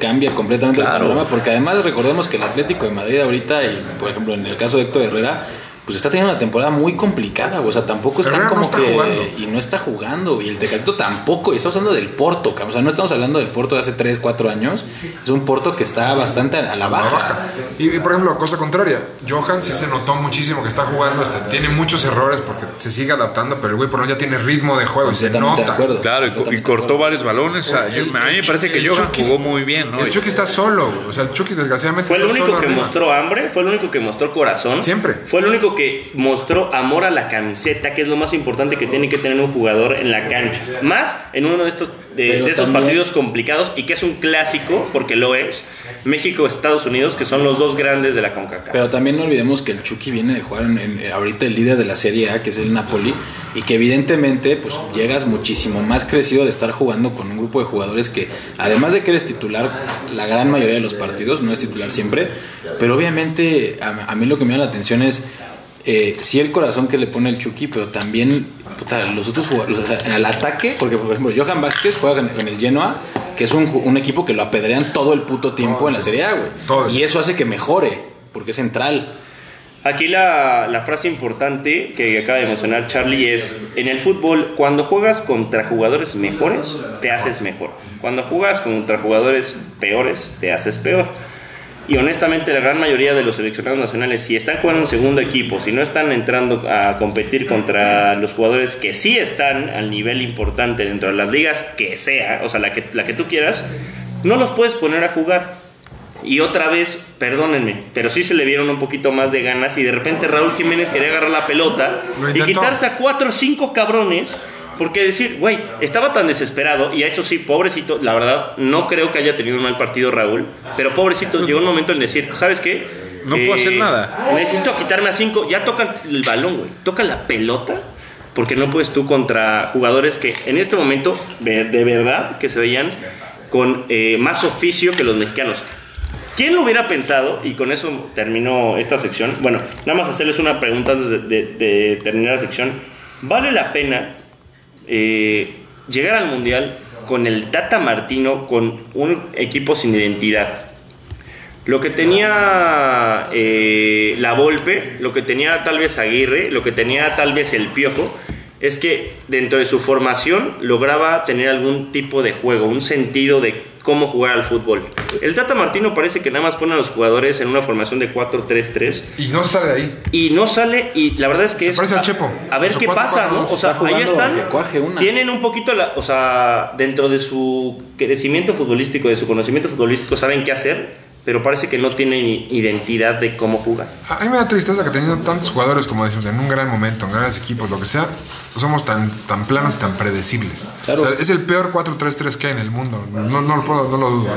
D: cambia completamente
C: Claro.
D: el panorama porque además recordemos que el Atlético de Madrid ahorita y por ejemplo en el caso de Héctor Herrera pues está teniendo una temporada muy complicada, güey. o sea, tampoco están
A: Herrera no
D: como
A: está
D: que
A: jugando.
D: y no está jugando güey. y el Tecatito tampoco, y estamos hablando del Porto, cabrón. o sea, no estamos hablando del Porto de hace 3, 4 años, es un Porto que está bastante a la
A: La
D: baja.
A: baja. Y, y, por ejemplo, cosa contraria, Johan sí se notó muchísimo que está jugando, este, tiene muchos errores porque se sigue adaptando, pero el güey por lo menos ya tiene ritmo de juego y se
D: Completamente
A: nota.
D: de acuerdo.
C: Claro, y, co- y cortó varios balones. o sea, yo-
A: El-
C: a mí me
A: el
C: parece
A: Chucky-
C: que
A: el
C: Johan
A: Chucky-
C: jugó muy bien, ¿no?
A: El Chucky está solo, güey. o sea, el Chucky desgraciadamente
B: Fue el
A: está
B: único
A: solo
B: que
A: arriba.
B: mostró hambre, fue el único que mostró corazón.
A: Siempre.
B: Fue el único que mostró amor a la camiseta, que es lo más importante que tiene que tener un jugador en la cancha. Más en uno de estos, de-
D: Pero
B: de estos
D: también-
B: partidos complicados y que es un clásico, porque lo es, México-Estados Unidos, que son los dos grandes de la CONCACAF.
D: Pero también no olvidemos que el Chucky viene de jugar en, en- eh, ahorita el líder de la Serie A, que es el Napoli, y que evidentemente pues llegas muchísimo más crecido de estar jugando con un grupo de jugadores que además de que eres titular la gran mayoría de los partidos, no es titular siempre, pero obviamente a, a mí lo que me llama la atención es eh, sí el corazón que le pone el Chucky, pero también puta, los otros jugadores, o sea, en el ataque, porque por ejemplo Johan Vázquez juega con, con el Genoa, que es un, ju- un equipo que lo apedrean todo el puto tiempo en la Serie A,
A: Todo.
D: güey. Y eso hace que mejore, porque es central.
B: Aquí la, la frase importante que acaba de mencionar Charlie es, en el fútbol, cuando juegas contra jugadores mejores, te haces mejor. Cuando juegas contra jugadores peores, te haces peor. Y honestamente la gran mayoría de los seleccionados nacionales, si están jugando en segundo equipo, si no están entrando a competir contra los jugadores que sí están al nivel importante dentro de las ligas que sea, o sea, la que, la que tú quieras, no los puedes poner a jugar. Y otra vez, perdónenme, pero sí se le vieron un poquito más de ganas y de repente Raúl Jiménez quería agarrar la pelota
A: Lo
B: y
A: intentó.
B: quitarse a cuatro o cinco cabrones. Porque decir, güey, estaba tan desesperado y a eso sí, pobrecito, la verdad, no creo que haya tenido un mal partido Raúl, pero pobrecito, llegó un momento en decir, ¿sabes qué?
C: No puedo hacer nada.
B: Eh, Necesito quitarme a cinco, ya tocan el balón, güey, toca la pelota, porque no puedes tú contra jugadores que en este momento, de, de verdad, que se veían con eh, más oficio que los mexicanos. ¿Quién lo hubiera pensado? Y con eso termino esta sección. Bueno, nada más hacerles una pregunta antes de, de- de terminar la sección. ¿Vale la pena eh, llegar al Mundial con el Tata Martino, con un equipo sin identidad? Lo que tenía eh, la Volpe, lo que tenía tal vez Aguirre, lo que tenía tal vez el Piojo, es que dentro de su formación lograba tener algún tipo de juego, un sentido de cómo jugar al fútbol. El Tata Martino parece que nada más pone a los jugadores en una formación de 4-3-3
A: Y no se sale de ahí.
B: y no sale y la verdad es que
A: Se
B: es
A: parece al
B: a-
A: Chepo.
B: A, ver
A: Su
B: qué
A: cuatro,
B: pasa,
A: cuatro,
B: ¿no?
A: dos.
B: O sea,
D: Está
B: ahí
D: jugando
B: están.
D: a que cuaje una.
B: Tienen un poquito la, o sea, dentro de su crecimiento futbolístico, de su conocimiento futbolístico saben qué hacer, pero parece que no tienen identidad de cómo jugar.
A: A a mí me da tristeza que teniendo tantos jugadores, como decimos, en un gran momento, en grandes equipos, lo que sea, somos tan, tan planos y tan predecibles.
D: Claro.
A: O sea, es el peor 4-3-3 que hay en el mundo. No, no, lo, puedo- no lo dudo. ¿eh?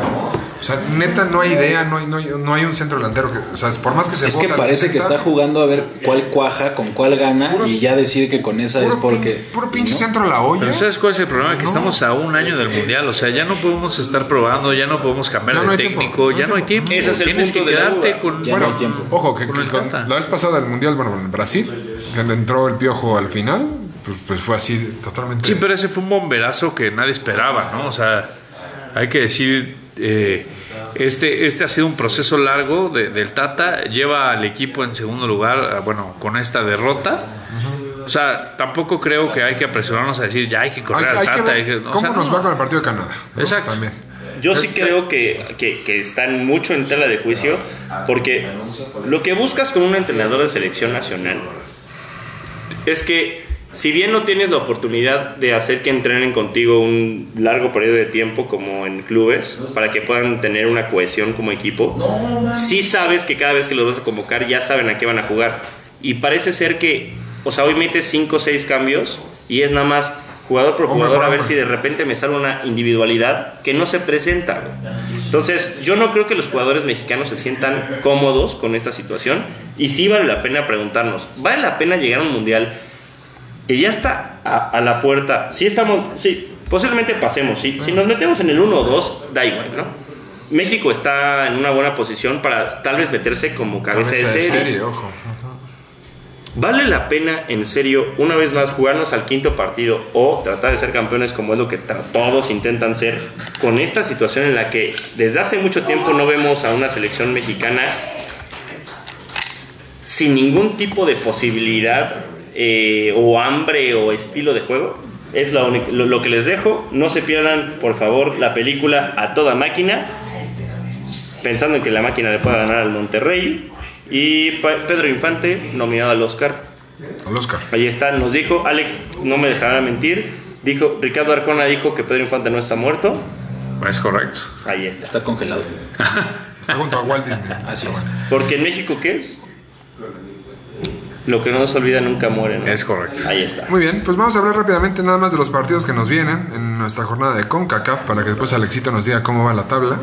A: O sea, neta, no hay idea, no hay, no hay, no hay un centro delantero. Que, o sea, por más que se
D: Es que
A: bota,
D: parece que
A: intenta,
D: está jugando a ver cuál cuaja, con cuál gana,
A: Puros-
D: y ya decir que con esa es
A: puro pin-
D: porque.
A: Puro pinche
D: ¿no?
A: centro a la olla.
C: Pero ¿sabes cuál es el problema? Que
A: No.
C: estamos a un año del mundial, o sea, ya no podemos estar probando, ya no podemos cambiar
A: Ya
C: de
A: no hay
C: técnico,
A: tiempo,
C: ya no hay tiempo.
B: Ese es el
C: Tienes
B: punto
C: que
B: de la
C: quedarte
B: duda.
C: con.
D: Ya
A: bueno,
D: no hay tiempo.
A: ojo, que,
C: Con el
A: que con-
C: Tata.
A: la vez pasada del Mundial, bueno, en Brasil, que entró el piojo al final, pues, pues fue así totalmente.
C: Sí, pero ese fue un bomberazo que nadie esperaba, ¿no? O sea, hay que decir, eh, este, este ha sido un proceso largo de- del Tata, lleva al equipo en segundo lugar, ah, bueno, con esta derrota. O sea, tampoco creo que hay que apresurarnos a decir, ya hay que
A: Hay,
C: correr
A: hay
C: al
A: que
C: Tata.
A: ver
C: hay que- o
A: cómo
C: sea,
A: nos
C: no.
A: va con el partido de Canadá. ¿no?
C: Exacto.
A: También.
B: Yo sí Ah, creo que, que- que están mucho en tela de juicio, porque lo que buscas con un entrenador de selección nacional es que si bien no tienes la oportunidad de hacer que entrenen contigo un largo periodo de tiempo como en clubes, para que puedan tener una cohesión como equipo, sí sabes que cada vez que los vas a convocar ya saben a qué van a jugar. y parece ser que, o sea, hoy metes 5 o 6 cambios y es nada más jugador por
A: Hombre
B: jugador
A: por
B: a ver
A: hombre.
B: si de repente me sale una individualidad que no se presenta. güey. Entonces, yo no creo que los jugadores mexicanos se sientan cómodos con esta situación y sí vale la pena preguntarnos, ¿vale la pena llegar a un mundial que ya está a, a la puerta. Si estamos, sí, posiblemente pasemos. sí. Si nos metemos en el 1 o 2, da igual, ¿no? México está en una buena posición para tal vez meterse como cabeza de
A: Cabeza de
B: serie.
A: serie, ojo.
B: ¿Vale la pena, en serio, una vez más jugarnos al quinto partido o tratar de ser campeones como es lo que tra- todos intentan ser con esta situación en la que desde hace mucho tiempo no vemos a una selección mexicana sin ningún tipo de posibilidad eh, o hambre o estilo de juego? Es la única- lo, lo que les dejo. No se pierdan, por favor, la película a toda máquina pensando en que la máquina le pueda ganar al Monterrey. Y Pa- Pedro Infante, nominado al Oscar.
A: Al Oscar.
B: Ahí está, nos dijo, Alex, no me dejará mentir. Dijo, Ricardo Arcona dijo que Pedro Infante no está muerto.
C: Es correcto.
B: Ahí está.
D: Está congelado.
A: Está junto a Walt Disney.
D: Así es.
B: Porque en México, ¿qué es? Lo que no nos olvida nunca muere, ¿no?
C: Es correcto.
B: Ahí está.
A: Muy bien, pues vamos a hablar rápidamente nada más de los partidos que nos vienen en nuestra jornada de CONCACAF para que después Alexito nos diga cómo va la tabla.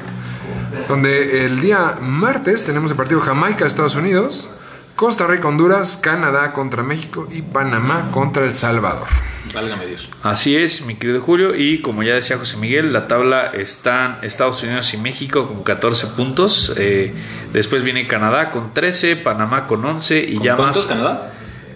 A: Donde el día martes tenemos el partido Jamaica-Estados Unidos, Costa Rica-Honduras, Canadá contra México y Panamá contra El Salvador.
D: Válgame Dios.
C: Así es, mi querido Julio. Y como ya decía José Miguel, la tabla están Estados Unidos y México con 14 puntos. eh, después viene Canadá con 13, Panamá con 11 y
D: ¿Con
C: ya
D: cuántos,
C: más.
D: Canadá?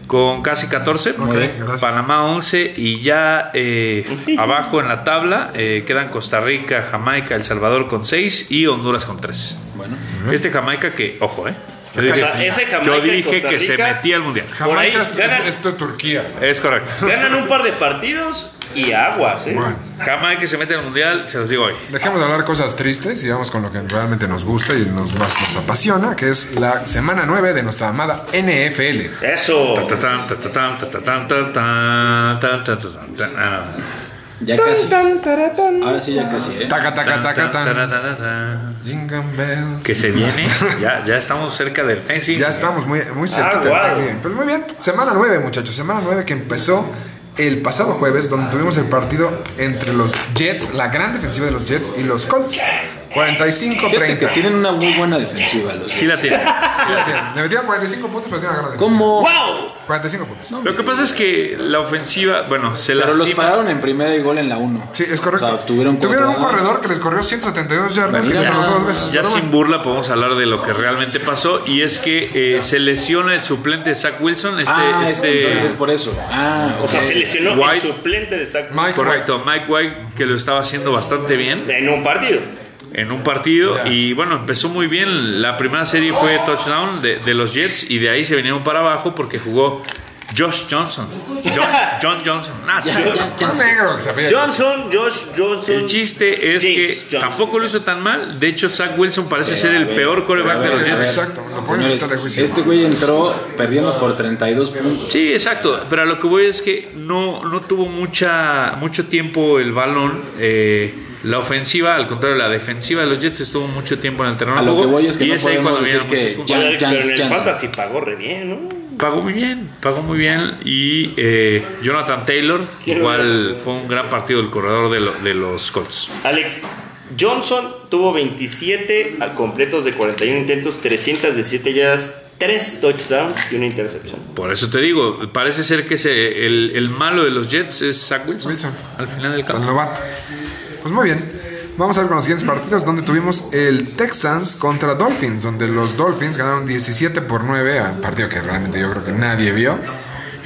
C: Con casi 14.
A: Muy bien, gracias.
C: Panamá 11 y ya
B: [LAUGHS]
C: eh, abajo en la tabla eh, quedan Costa Rica, Jamaica, El Salvador con 6 y Honduras con 3.
D: Bueno.
C: Este Jamaica que, ojo, eh. Yo
B: O
C: dije,
B: sea, ese Jamaica
C: yo
B: y
C: dije
B: Costa
C: que se
B: Rica-
C: metía al mundial.
B: Por ahí
A: Jamaica es,
B: ganan-
A: es- esto es Turquía.
C: Es correcto. [LAUGHS]
B: Ganan un par de partidos y aguas, ¿eh?
A: Bueno,
C: Jamaica que se mete al mundial, se los digo hoy.
A: dejemos de hablar cosas tristes y vamos con lo que realmente nos gusta y nos más nos apasiona, que es la semana 9 de nuestra amada NFL.
B: Eso.
C: Ta, ta, tan, ta, ta, tan, ta, ta, tan, ta, tan, ta, ta, ta, tan, ta, ah.
D: Ya casi. Ahora sí, ya casi, ¿eh?
A: Taca, taca, taca,
C: Ta, ta,
A: tan.
C: ta, ta, ta.
A: Jingle bells.
C: Que se viene. Ya, ya estamos cerca del Messi.
A: Ya estamos muy,
D: Ah,
A: muy cerquita. del
B: wow.
A: Thanksgiving. Pues muy bien, semana 9, muchachos. Semana 9 que empezó el pasado jueves,
D: Ah,
A: donde tuvimos el partido entre los Jets, la gran defensiva de los Jets y los Colts.
D: Fíjate que
A: 45-30.
D: tienen una muy buena defensiva los
C: Sí la
D: Jets.
C: tiene.
A: Le metieron 45 puntos, pero tiene una gran defensiva.
D: ¿Cómo?
B: ¡Wow!
A: 45 puntos.
C: Lo que pasa es que la ofensiva, bueno, se
D: Pero los
C: lastima.
D: pararon en primera y gol en la 1.
A: Sí, es correcto.
D: O sea, tuvieron,
A: un
D: cuatro-
A: corredor que les corrió 172 yardas y
D: Mira,
A: les anotó dos
D: ya-
A: veces.
C: Ya
A: Pero
C: sin
A: bueno,
C: burla podemos hablar de lo que realmente pasó y es que eh, se lesiona el suplente de Zach Wilson, este,
D: Ah, es-
C: este
D: entonces es por eso. Ah,
B: O sea, se lesionó
C: White.
B: el suplente de Zach
A: Mike
C: correcto, Mike White que lo estaba haciendo bastante bien
B: en un partido.
C: en un partido y bueno, empezó muy bien, la primera serie fue touchdown de, de los Jets y de ahí se vinieron para abajo porque jugó Josh Johnson,
B: [LAUGHS]
C: John, John Johnson, Ah, sí.
D: Ya, ya, ya.
A: un negro que se apellida.
B: Johnson, Josh, Johnson.
C: El chiste es que
B: James Johnson.
C: tampoco lo hizo tan mal. De hecho, Zach Wilson parece ser el
D: A ver,
C: peor coreback
D: a
C: de
D: ver,
C: los
D: a ver.
C: Jets.
A: Exacto, lo ponen en
D: Señores,
A: mitad de juicio.
D: este güey entró perdiendo por 32 puntos.
C: Sí, exacto. Pero a lo que voy es que no, no tuvo mucha, mucho tiempo el balón. eh, la ofensiva, al contrario, la defensiva de los Jets estuvo mucho tiempo en el terreno.
D: A
C: de
D: lo
C: juego,
D: que voy es que
C: y
D: no
C: es ahí
D: podemos
C: cuando
D: decir
C: vinieron muchos
D: que
C: puntos.
D: Jan-
B: Oye, Alex,
D: Jan-
B: pero en el
D: Jansen.
B: fantasy pagó re bien, ¿no?
C: Pagó muy bien, pagó muy bien. Y eh, Jonathan Taylor, igual fue un gran partido del corredor de, lo- de los Colts.
B: Alex, Johnson tuvo 27 a completos de 41 intentos, 317 yardas, 3 touchdowns y una intercepción.
C: Por eso te digo, parece ser que ese- el, el malo de los Jets es Zach Wilson.
A: Wilson.
C: Al final del
A: Al
C: campo.
A: novato. Pues muy bien. Vamos a ver con los siguientes partidos, donde tuvimos el Texans contra Dolphins, donde los Dolphins ganaron 17 por 9, a un partido que realmente yo creo que nadie vio.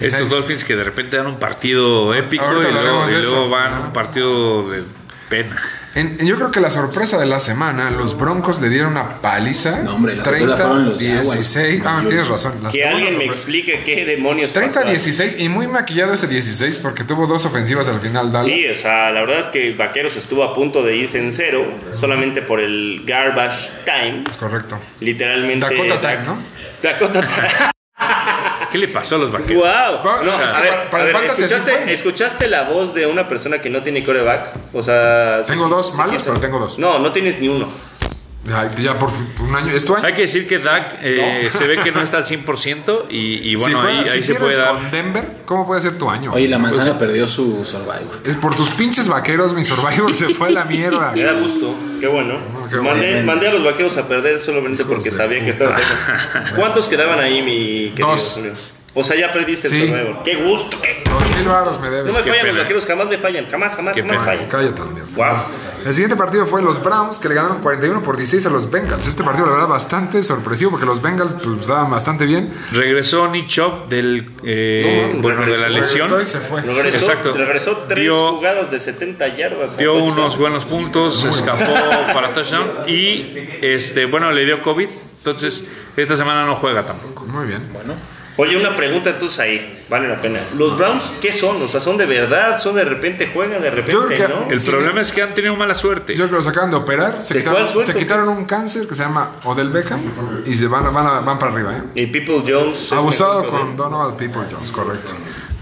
C: Estos Dolphins que de repente dan un partido épico
A: Ahorita
C: y luego,
A: hablaremos
C: y
A: de
C: luego
A: eso.
C: van a un partido de pena.
A: En- en- yo creo que la sorpresa de la semana, los Broncos le dieron una paliza.
D: No, hombre, la sorpresa fueron los Jaguars.
A: 16. Ah,
D: Dios.
A: tienes razón. la
B: Que
A: segunda
B: alguien me
A: sorpresa.
B: explique qué demonios pasó.
A: 30 16 y muy maquillado ese 16 porque tuvo dos ofensivas al final Dallas.
B: Sí, o sea, la verdad es que Vaqueros estuvo a punto de irse en cero solamente por el garbage time,
A: Es correcto.
B: literalmente.
A: Dakota time, ¿no?
B: Dakota time.
C: ¿Qué le pasó a los vaqueros?
B: Wow.
A: Pa-
B: No,
A: es
B: a
A: que
B: ver,
A: para- para
B: a
A: el
B: ver,
A: fantasy así
B: ¿escuchaste,
A: fue.
B: escuchaste la voz de una persona que no tiene coreback? O sea.
A: Tengo dos malos, pero tengo dos.
B: No, no tienes ni uno.
A: Ay, ya por un año, ¿es tu año?
C: Hay que decir que Dak eh, se ve que no está al 100% y, y
A: Si
C: bueno,
A: fuera-
C: ahí,
A: si
C: ahí se
A: quieres
C: puede
A: con
C: dar.
A: Denver, ¿cómo puede ser tu año?
D: Oye, la manzana perdió su Survivor.
A: Es por tus pinches vaqueros, mi Survivor se fue a la
B: [LAUGHS]
A: mierda.
B: Me da gusto, qué bueno.
A: qué
B: mandé,
D: bueno.
B: mandé a los vaqueros a perder solamente porque
A: de
B: sabía que
A: puta.
B: estaban cerca.
A: [LAUGHS]
B: ¿Cuántos quedaban ahí, mi querido
A: Dos.
B: Julio? O sea, ya perdiste
A: Sí.
B: el survivor. ¡Qué gusto! qué-
A: Dos mil baros me
B: No
A: debes.
B: me fallan
C: pena.
B: los vaqueros, jamás me fallan, jamás, jamás,
C: Qué
B: jamás
C: pena.
B: fallan.
A: Cállate, la mierda.
B: Wow.
A: El siguiente partido fue los Browns, que le ganaron 41 por 16 a los Bengals. Este partido, la verdad, bastante sorpresivo, porque los Bengals pues, estaban bastante bien.
C: Regresó Nick Chop del, eh,
B: No,
C: bueno, de la
B: regresó,
C: lesión.
A: Regresó y se fue.
B: Regresó,
C: Exacto.
B: regresó tres
C: Dio-
B: jugadas de 70 yardas.
C: Dio
B: Touchdown.
C: unos buenos puntos, se escapó para touchdown y este, bueno, le dio COVID. Entonces, esta semana no juega tampoco.
A: Muy bien.
B: Oye, una pregunta entonces ahí, vale la pena. ¿Los Browns qué son? O sea, ¿son de verdad? ¿Son de repente juegan? ¿De repente
A: Yo creo que-
B: no?
C: El
A: Sí.
C: problema es que han tenido mala suerte.
A: Yo creo que los acaban de operar, se
B: ¿De
A: quitaron,
B: cuál suerte?
A: se quitaron un cáncer que se llama Odell Beckham y se van, van, a- van para arriba. ¿eh?
B: Y People Jones. es
A: Abusado
B: mejor que
A: con
B: Odell.
A: Donald People Jones, correcto.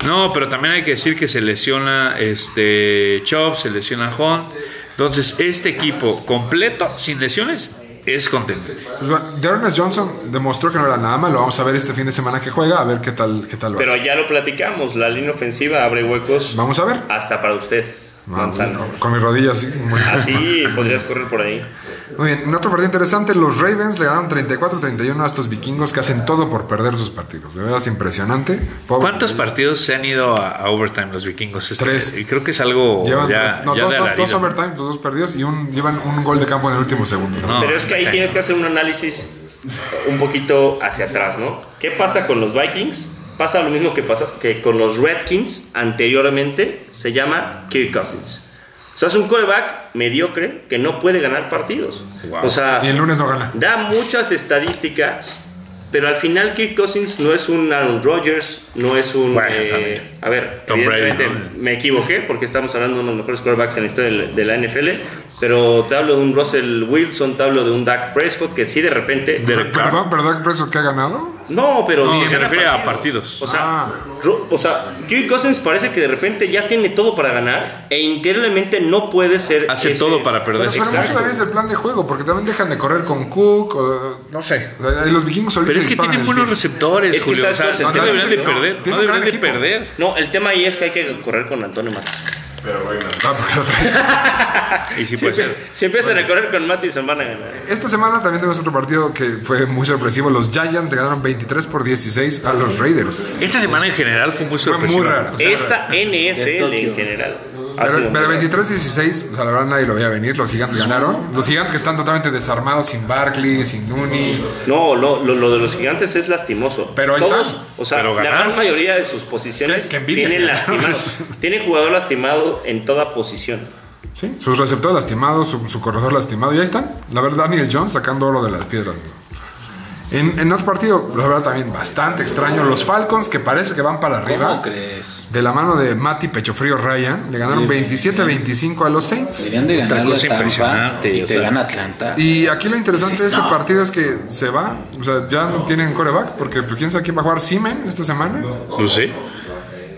C: No, pero también hay que decir que se lesiona este Chop, se lesiona Hunt. Entonces, este equipo completo, sin lesiones, es contendente.
A: Pues, va- Darnell Johnson demostró que no era nada malo. Vamos a ver este fin de semana que juega, a ver qué tal, qué tal va.
B: Pero ya lo platicamos, la línea ofensiva abre huecos
A: Vamos a ver. Ah,
B: hasta para usted, Manzano.
A: Con mis rodillas, sí. Muy bien.
B: Así podrías correr por ahí.
A: Muy bien, en otro partido interesante, los Ravens le ganaron 34-31 a estos vikingos que hacen todo por perder sus partidos. De verdad es impresionante. Pobre-
C: ¿Cuántos partidos se han ido a, a overtime los vikingos? Este-
A: Tres.
C: Y creo que es algo
A: Llevan
C: ya,
A: tres- no,
C: ya
A: dos,
C: de
A: dos, dos
C: alarido.
A: overtime, dos, dos perdidos y un, llevan un gol de campo en el último segundo.
C: No.
B: Pero es que ahí
C: ok.
B: tienes que hacer un análisis un poquito hacia atrás, ¿no? ¿Qué pasa con los Vikings? Pasa lo mismo que pasa que con los Redskins anteriormente, se llama Kirk Cousins. O sea, es un coreback mediocre que no puede ganar partidos.
C: Wow.
B: O sea,
A: Y el lunes no gana.
B: da muchas estadísticas, pero al final Kirk Cousins no es un Aaron Rodgers, no es un...
C: Bueno,
B: eh,
C: también.
B: a ver,
C: Tom
B: evidentemente
C: Brady, ¿no?
B: me equivoqué porque estamos hablando de uno de los mejores quarterbacks en la historia del- de la NFL, pero te hablo de un Russell Wilson, te hablo de un Dak Prescott que sí de repente...
C: De-
A: Perdón, perdón, preso que ha ganado.
B: No, pero...
C: No,
B: ni
C: se
B: gana
C: refiere a partidos.
B: O sea,
A: Ah.
B: Ru- o sea, Kirk Cousins parece que de repente ya tiene todo para ganar e internamente no puede ser...
C: Hace
B: ese-
C: todo para perder.
A: Pero, pero mucho también es el plan de juego, porque también dejan de correr con Cook, o, no sé. O sea, los vikingos solito
C: Pero es que
A: disparan
C: tienen
A: el
C: buenos
A: pie.
C: receptores,
B: Es que
C: Julio. O
B: sabes
C: sea,
B: cuál es el
C: no
B: tema.
C: deberían de
B: No,
C: perder.
A: tiene
C: No
A: un gran
C: deberían de
A: equipo.
C: perder.
B: No, el tema ahí es que hay que correr con Antonio Matos.
A: Ah, porque lo traes.
C: Y sí puede
B: Siempre-
C: ser.
B: Si empiezan a correr con Mattison van a ganar.
A: Esta semana también tuvimos otro partido que fue muy sorpresivo. Los Giants le ganaron 23 por 16 a los Raiders.
C: Esta semana en general fue muy
A: Fue
C: sorpresiva.
A: muy raro.
B: Esta
D: de
B: NFL
D: Tokio.
B: en general.
C: Ah,
B: ha
A: Pero,
B: sido
A: pero
B: muy
A: 23-16, o sea, la verdad nadie lo veía venir. Los gigantes ganaron. Los gigantes que están totalmente desarmados, sin Barkley, sin Nuni.
B: rara. No, no, lo, lo de los gigantes es lastimoso.
A: Pero ahí
B: Todos,
A: están.
B: O sea,
C: Pero
B: la
C: ganaron.
B: gran mayoría de sus posiciones
C: Qué- qué envidia
B: tienen
C: que
B: lastimados. Tienen jugador lastimado en toda posición.
A: ¿sí? Sus receptores lastimados, su, su corredor lastimado. Y ahí están. La verdad, Daniel Jones sacando oro de las piedras. En, en otro partido, la verdad también bastante extraño. Los Falcons, que parece que van para arriba.
D: ¿Cómo crees?
A: De la mano de Mati Pechofrío Ryan, le ganaron 27-25 a los Saints.
D: Deberían de ganar la
C: cosa
D: Tampa
C: impresionante,
D: y
C: o
D: te
C: sea.
D: gana Atlanta.
A: Y aquí lo interesante
D: ¿Qué
A: de
D: es
A: este
D: esto?
A: partido es que se va, o sea, ya no tienen coreback, porque pues, quién sabe quién va a jugar Simen esta semana.
C: Pues sí.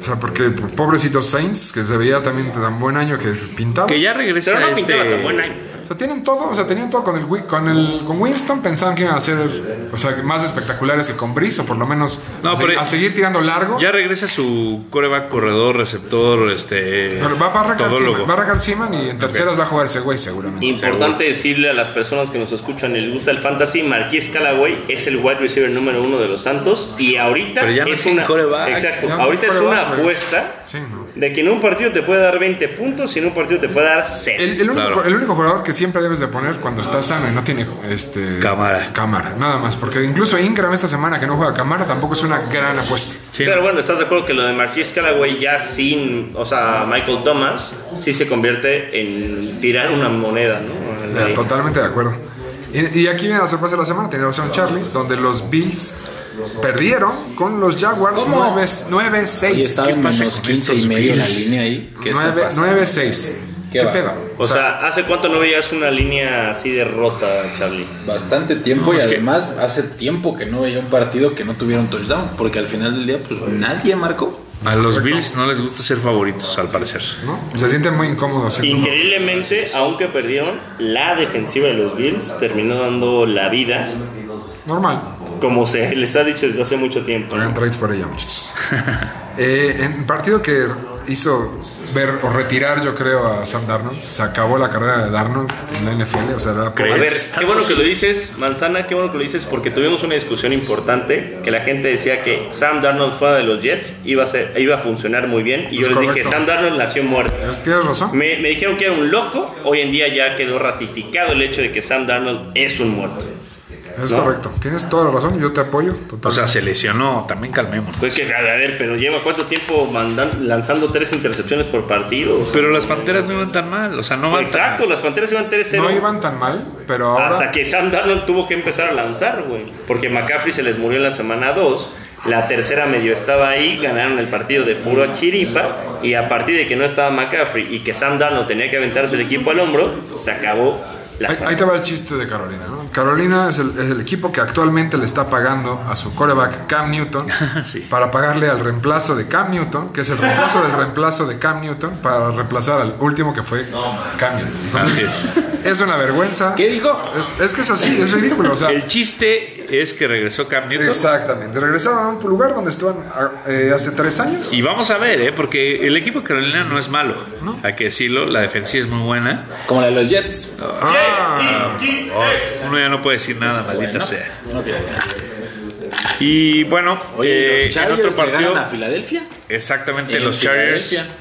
A: O sea, porque pues, pobrecitos Saints, que se veía también tan buen año que pintaba.
C: Que ya regresa
B: Pero no
C: este...
B: pintaba tan buen año.
A: O sea, tienen todo, o sea, tenían todo con el Wi- con el con Winston pensaban que iban a ser, o sea, más espectaculares que con Brice o por lo menos
C: No,
A: a, se-
C: pero-
A: a seguir tirando largo.
C: Ya regresa su coreback, corredor, receptor, este...
A: pero va a arrancar
C: todólogo.
A: Seaman, va a arrancar Seaman y en terceras va a jugar ese güey seguramente.
B: Importante decirle a las personas que nos escuchan y les gusta el fantasy, Marquis Callaway es el wide receiver número uno de los Santos y ahorita
C: Pero ya no
B: es
C: tiene
B: una
C: coreback.
B: exacto,
A: Ya no
B: ahorita
A: tiene
B: es una
A: coreback, güey.
B: apuesta
A: Sí, no.
B: de que en un partido te puede dar 20 puntos y en un partido te puede dar 0.
A: El, el único,
C: Claro.
A: el único jugador que siempre debes de poner cuando estás sano y no tiene este,
C: Cámara.
A: cámara, nada más. Porque incluso Ingram esta semana que no juega cámara tampoco es una gran apuesta.
C: Sí,
B: Pero bueno, ¿estás de acuerdo que lo de Marquis Callaway ya sin, o sea, Michael Thomas, sí se convierte en tirar una moneda, ¿no?
A: Ya,
B: Ahí.
A: Totalmente de acuerdo. Y, y aquí viene la sorpresa de la semana, tenía razón Charlie, donde los Bills perdieron con los Jaguars
D: ¿Cómo?
A: 9-6.
D: Y estaba
C: ¿qué
D: en
C: pasa
D: menos
C: con
D: 15 y
C: estos
D: medio la
C: Bills?
D: línea ahí. ¿Qué está
A: Nueve-
D: pasando?
A: 9-6. ¿Qué,
D: Qué va.
A: pedo?
B: O sea, ¿hace cuánto no veías una línea así de rota, Charlie?
D: Bastante tiempo y además hace tiempo que no veía un partido que no tuviera un touchdown. Porque al final del día, pues nadie marcó.
C: A los Bills no les gusta ser favoritos, al parecer.
A: ¿no? Se sienten muy incómodos. siendo
B: Increíblemente, aunque perdieron, la defensiva de los Bills terminó dando la vida,
A: Normal.
B: como se les ha dicho desde hace mucho tiempo.
A: Hagan trades para ella, muchachos. Eh, en partido que hizo ver o retirar, yo creo, a Sam Darnold, se acabó la carrera de Darnold en la NFL. O sea, era
B: A ver,
C: ¿Crees?
B: qué bueno que lo dices, Manzana, qué bueno que lo dices, porque tuvimos una discusión importante que la gente decía que Sam Darnold fuera de los Jets iba a, ser, iba a funcionar muy bien. Y yo
A: Es
B: les dije,
A: correcto.
B: Sam Darnold nació muerto.
A: Tienes razón.
B: Me, me dijeron que era un loco, hoy en día ya quedó ratificado el hecho de que Sam Darnold es un muerto.
A: Es
B: ¿No?
A: correcto. Tienes toda la razón. Yo te apoyo.
C: O
A: Totalmente.
C: sea, se lesionó, también calmemos.
B: Pues que, a ver, pero lleva cuánto tiempo mandan- lanzando tres intercepciones por partido.
C: Pero las panteras no iban tan mal, o sea, no van tan-
B: Exacto, las Panteras iban 3-0.
A: no iban tan mal, pero ahora.
B: Hasta que Sam Darnold tuvo que empezar a lanzar, güey. Porque McCaffrey se les murió en la semana 2. La tercera medio estaba ahí, ganaron el partido de puro chiripa. Y a partir de que no estaba McCaffrey y que Sam Darnold tenía que aventarse el equipo al hombro, se acabó la
A: Ahí, ahí te va el chiste de Carolina. ¿no? Carolina es el, es el equipo que actualmente le está pagando a su coreback Cam Newton
C: Sí.
A: para pagarle al reemplazo de Cam Newton, que es el reemplazo del reemplazo de Cam Newton, para reemplazar al último que fue Cam Newton.
C: Así es.
A: Es una vergüenza.
D: ¿Qué dijo?
A: Es, es que es así, es ridículo. O sea,
C: El chiste es que regresó Cam Newton.
A: exactamente. Regresaron a un lugar donde estaban a- eh, hace tres años.
C: Y vamos a ver, ¿eh? porque el equipo de Carolina no es malo, hay que decirlo, la defensiva es muy buena.
D: Como la de los Jets.
C: Ah, oh, uno ya no puede decir nada, maldita
D: Bueno.
C: sea.
D: Ok.
C: Y bueno,
D: Oye,
C: eh,
D: los
C: en
D: Chargers
C: otro
D: le ganan
C: partido,
D: a Filadelfia.
C: exactamente
D: en
C: los Chargers.
D: Filadelfia.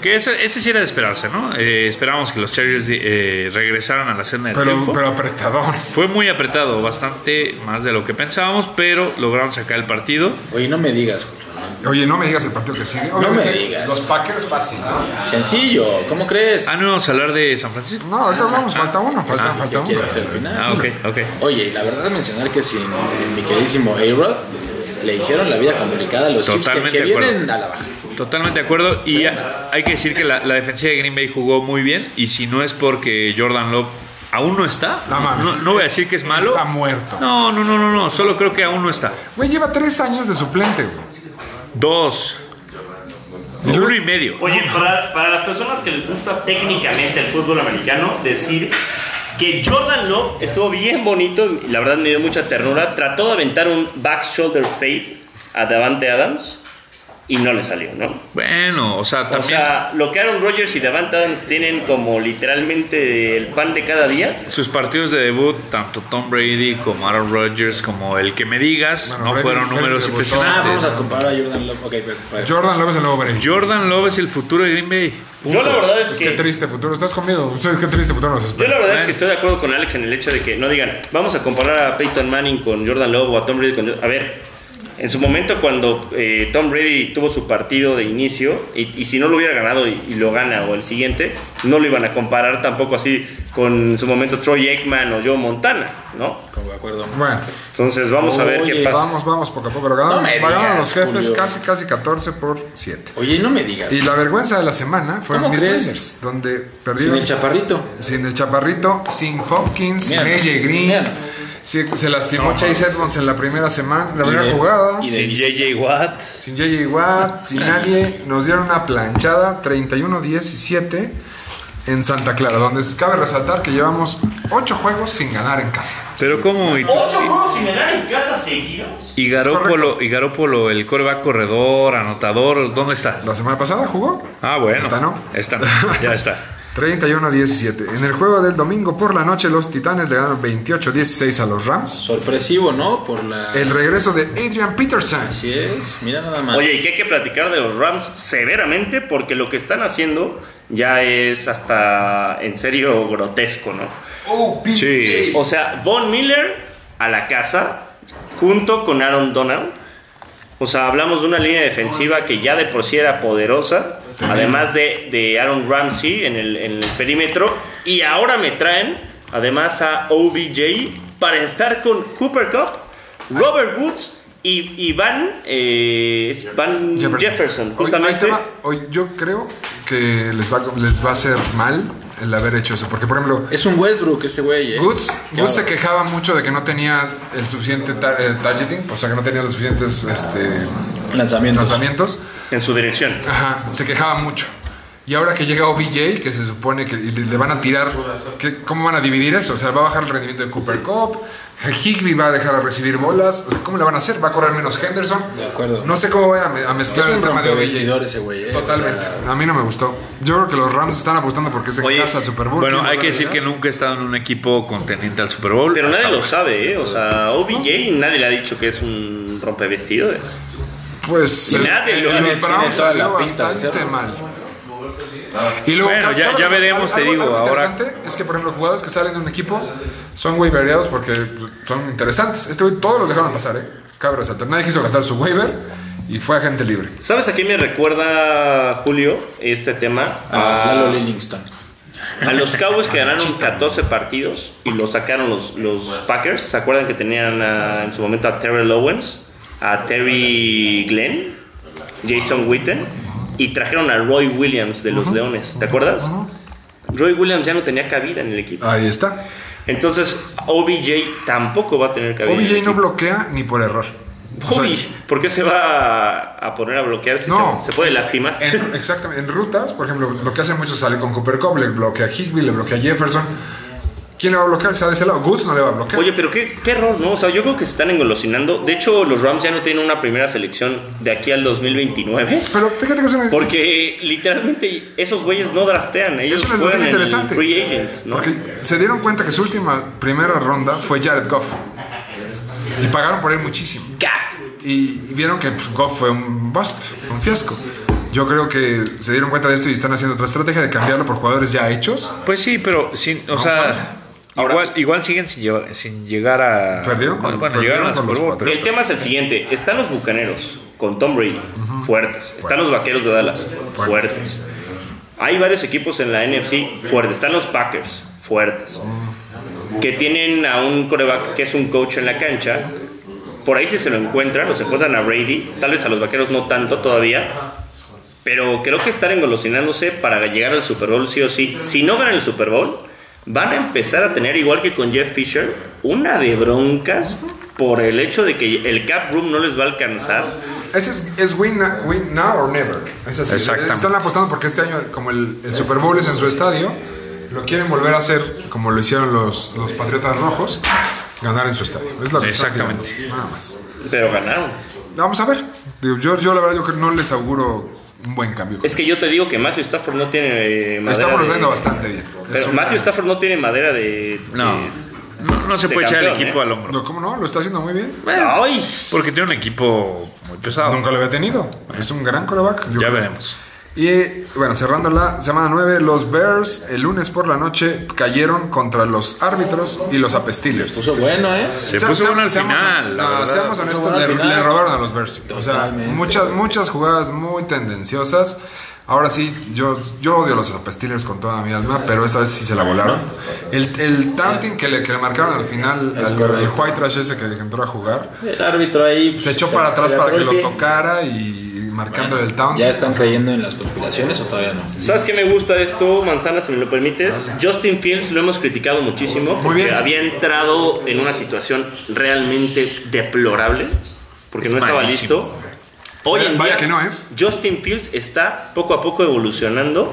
C: Que ese, ese sí era de esperarse, ¿no? Eh, esperábamos que los Chargers eh, regresaran a la senda de
A: Pero,
C: triunfo.
A: pero apretador.
C: Fue muy apretado, bastante más de lo que pensábamos, pero lograron sacar el partido.
D: Oye, no me digas, Julio.
A: Oye, no me digas el partido que sigue.
D: me digas.
A: Los Packers fácil, ¿no?
D: Sencillo, ¿cómo crees?
C: Ah, no vamos a hablar de San Francisco.
A: No, ahorita vamos, falta uno, falta,
C: ah,
A: falta
D: ¿Qué
A: uno.
D: quieres hacer al final?
C: Ah, ok, ok.
D: Oye, y la verdad es mencionar que sin eh, mi queridísimo A-Rod le hicieron la vida complicada a los Chiefs que-
C: Totalmente
D: que,
C: de acuerdo.
D: vienen a la baja.
C: Totalmente de acuerdo. Y ha- hay que decir que la, la defensiva de Green Bay jugó muy bien. Y si no es porque Jordan Love aún no está,
A: No mames.
C: no, no voy a decir que es malo.
A: Está muerto.
C: No, no, no, no, no. Solo creo que aún no está.
A: Güey, lleva tres años de suplente, güey.
C: Dos. Uno y medio.
B: Oye, para, para las personas que les gusta técnicamente el fútbol americano, decir que Jordan Love estuvo bien bonito, y la verdad me dio mucha ternura, trató de aventar un back shoulder fade a Davante Adams y no le salió, ¿no?
C: Bueno, o sea,
B: O
C: también
B: sea, lo que Aaron Rodgers y Davante Adams tienen como literalmente el pan de cada día.
C: sus partidos de debut, tanto Tom Brady como Aaron Rodgers, como el que me digas,
A: Bueno,
C: no
A: Brady-
C: fueron
A: Brady
C: números
A: debutó.
D: Ah,
C: impresionantes.
D: vamos a comparar a Jordan Love. Ok, pero- pero-
A: Jordan Love es el nuevo Brady.
C: Jordan Love es el futuro de Green Bay. Punto.
B: Yo la verdad es
A: Es
B: que...
A: que triste futuro. ¿Estás conmigo? Ustedes qué triste futuro nos
B: Yo
A: espera.
B: la verdad es que estoy de acuerdo con Alex en el hecho de que no digan, vamos a comparar a Peyton Manning con Jordan Love o a Tom Brady con... A ver, en su momento cuando eh, Tom Brady tuvo su partido de inicio y, y si no lo hubiera ganado y, y lo gana o el siguiente, no lo iban a comparar tampoco así con en su momento Troy Aikman o Joe Montana, ¿no?
D: como de acuerdo.
A: Bueno,
B: Entonces vamos a ver qué
D: Oye,
B: pasa.
A: vamos, vamos poco a poco. Pero ganaron,
D: No me
A: ganaron
D: digas,
A: los jefes
D: Julio.
A: casi, casi 14 por 7.
D: Oye, no me digas.
A: Y la vergüenza de la semana fue
D: ¿Cómo
A: mis
D: crees?
A: Niners, donde perdieron.
D: Sin el chaparrito.
A: Sin el chaparrito, sin Hopkins, sin
D: Mierda.
A: AJ Green.
D: Mierda.
A: Sí, se lastimó
C: No,
A: Chase Edmonds en la primera semana, la primera
D: de-
A: jugada.
D: y de-
C: Sin JJ Watt.
A: Sin JJ Watt, sin nadie. Nos dieron una planchada 31-17 en Santa Clara, donde cabe resaltar que llevamos 8 juegos sin ganar en casa.
C: Pero como y,
B: ¿Ocho juegos sin ganar en casa seguidos?
C: y Garópolo, y Garópolo, el coreback corredor, anotador, ¿dónde está?
A: La semana pasada jugó
C: Ah, bueno.
A: Esta no.
C: Esta no, ya está.
A: 31-17. En el juego del domingo por la noche, los Titanes le ganaron 28-16 a los Rams.
D: Sorpresivo, ¿no? Por la.
A: El regreso de Adrian Peterson.
D: Así es, mira nada más.
B: Oye, y que hay que platicar de los Rams severamente porque lo que están haciendo ya es hasta en serio grotesco, ¿no?
A: Oh, P-
C: Sí.
B: O sea, Von Miller a la casa junto con Aaron Donald. O sea, hablamos de una línea defensiva que ya de por sí era poderosa, además de, de Aaron Ramsey en el, en el perímetro. Y ahora me traen, además, a OBJ para estar con Cooper Cup, Robert Woods y, y Van, eh, es Van Jefferson,
A: Hoy- ahí
B: justamente.
A: te va. Hoy yo creo que les va, les va a hacer mal el haber hecho eso. Porque, por ejemplo,
D: Es un Westbrook ese güey, ¿eh?
A: Goods,
D: Claro.
A: Goods se quejaba mucho de que no tenía el suficiente tar- eh, targeting, o sea, que no tenía los suficientes este,
D: Lanzamientos.
A: lanzamientos.
B: en su dirección.
A: Ajá, se quejaba mucho. Y ahora que llega OBJ, que se supone que le le van a tirar, ¿qué- ¿cómo van a dividir eso? O sea, va a bajar el rendimiento de Cooper Cup, Higby va a dejar de recibir bolas, o sea, ¿cómo le van a hacer? ¿Va a correr menos Henderson?
D: De acuerdo.
A: No sé cómo van a, me- a
D: Es
A: mezclar
D: un
A: el tema de
D: rompevestidor
A: OBJ.
D: ese güey. eh,
A: Totalmente.
D: o sea,
A: A mí no me gustó. Yo creo que los Rams están apostando porque es en
B: Oye,
A: casa el Super Bowl.
C: Bueno,
A: ¿Quién
C: hay
A: va
C: que
A: a
C: decir que
A: ganar?
C: nunca he estado en un equipo contendiente al Super Bowl.
B: Pero nadie
C: Hasta
B: lo
C: ahora.
B: sabe, ¿eh? O sea, OBJ nadie le ha dicho que es un rompevestidores.
A: Pues
B: Y
A: el-
B: nadie lo-
A: los
B: tiene
A: Browns
D: toda la
A: salió
D: pista de
A: bastante
D: hacerlo.
A: mal. Y luego,
C: Bueno, ya-
A: ¿sabes?
C: ya veremos, te
A: Algo-
C: digo,
A: algo
C: ahora-
A: interesante es que, por ejemplo, jugadores que salen de un equipo son waivereados porque son interesantes. Este güey todos los dejaron pasar, ¿eh? Cabe resaltar. Nadie quiso gastar su waiver y fue agente libre.
B: ¿Sabes a quién me recuerda, Julio, este tema?
D: A Ah, Lalo Livingston.
B: A los Cowboys que ganaron 14 partidos y lo sacaron los, los Packers. ¿Se acuerdan que tenían a- en su momento a Terrell Owens, a Terry Glenn, Jason Witten y trajeron a Roy Williams de los Leones? ¿Te acuerdas? Roy Williams ya no tenía cabida en el equipo.
A: Ahí está.
B: Entonces, OBJ tampoco va a tener cabida. en el
A: OBJ no
B: equipo.
A: bloquea ni por error. O sea,
B: Uy, ¿por qué se va a- a poner a bloquear si
A: No.
B: se, se puede lastimar?
A: en- exactamente. En rutas, por ejemplo, lo que hacen muchos es salir con Cooper Cup, le bloquea a Higby, le bloquea a Jefferson. ¿Quién le va a bloquear? ¿Se de ese lado? Goods no le va a bloquear.
B: Oye, pero qué, qué error, ¿no? O sea, yo creo que se están engolosinando. De hecho, los Rams ya no tienen una primera selección de aquí al 2029.
A: pero fíjate que es una,
B: Porque literalmente esos güeyes no draftean, ellos
A: Es una
B: juegan
A: estrategia
B: en
A: interesante.
B: free agents, ¿no?
A: Porque se dieron cuenta que su última primera ronda fue Jared Goff. Y pagaron por él muchísimo. Y vieron que pues, Goff fue un bust, un fiasco. Yo creo que se dieron cuenta de esto y están haciendo otra estrategia de cambiarlo por jugadores ya hechos.
C: Pues sí, pero sin, o sea, igual, igual siguen sin, llevar- sin llegar a.
A: Perdieron con-
C: bueno, bueno,
A: perdieron
C: llegaron al
A: con
C: Super
A: los
C: Bowl.
A: Patriotas.
B: El tema es el siguiente, están los Bucaneros con Tom Brady, fuertes, están los Vaqueros de Dallas, fuertes. Hay varios equipos en la NFC fuertes, están los Packers, fuertes. Que tienen a un coreback que es un coach en la cancha. Por ahí si se lo encuentran, o se encuentran a Brady, tal vez a los Vaqueros no tanto todavía. Pero creo que estar engolosinándose para llegar al Super Bowl sí o sí. Si no ganan el Super Bowl, van a empezar a tener, igual que con Jeff Fisher, una de broncas por el hecho de que el cap room no les va a alcanzar.
A: Ese es, es win, na- win now or never. Es así.
C: Exactamente.
A: Están apostando porque este año, como el, el Super Bowl es en su estadio, lo quieren volver a hacer como lo hicieron los, los Patriotas Rojos, ganar en su estadio. Es lo que están
C: Exactamente.
A: tirando, Nada más.
B: Pero ganaron.
A: Vamos a ver. Digo, yo, yo la verdad, yo creo que no les auguro un buen cambio.
B: Es que yo te digo que Matthew Stafford no tiene eh, madera.
A: Estamos
B: de-
A: haciendo bastante bien. Es
B: Pero
A: un-
B: Matthew Stafford no tiene madera de.
C: No,
B: de-
C: no, no se
B: Eh, de
C: puede echar el
B: campeón,
C: equipo
B: ¿eh?
C: al hombro.
A: No, ¿cómo no? Lo está haciendo muy bien.
B: ¡Ay!
C: Porque tiene un equipo muy pesado.
A: Nunca lo había tenido. Es un gran coreback.
C: ya veremos.
A: Y bueno, cerrando la semana 9, los Bears el lunes por la noche cayeron contra los árbitros y los apestilers.
D: Puso bueno, ¿eh?
C: Se puso bueno al
A: seamos-
C: final. la
A: no,
C: verdad.
A: seamos
D: puso
A: honestos,
D: bueno
A: le,
D: al final.
A: le robaron a los Bears. O sea,
D: Totalmente.
A: muchas, muchas jugadas muy tendenciosas. Ahora sí, yo, yo odio a los Steelers con toda mi alma, pero esta vez sí se la volaron. El, el taunting que le, que le marcaron al final,
D: Es
A: al, el
D: correcto.
A: white trash ese que, que entró a jugar,
D: El árbitro ahí. pues,
A: se echó para atrás
D: le
A: para que
D: atoró el
A: lo
D: pie.
A: tocara y marcando el taunting.
D: ¿Ya están creyendo en las conspiraciones o todavía no?
B: ¿Sabes qué me gusta de esto, Manzana, si me lo permites? Justin Fields lo hemos criticado muchísimo porque
A: bien.
B: había entrado en una situación realmente deplorable porque
C: Es
B: no estaba
C: malísimo.
B: listo. Hoy en
A: Vaya
B: día,
A: que no, ¿eh?
B: Justin Fields está poco a poco evolucionando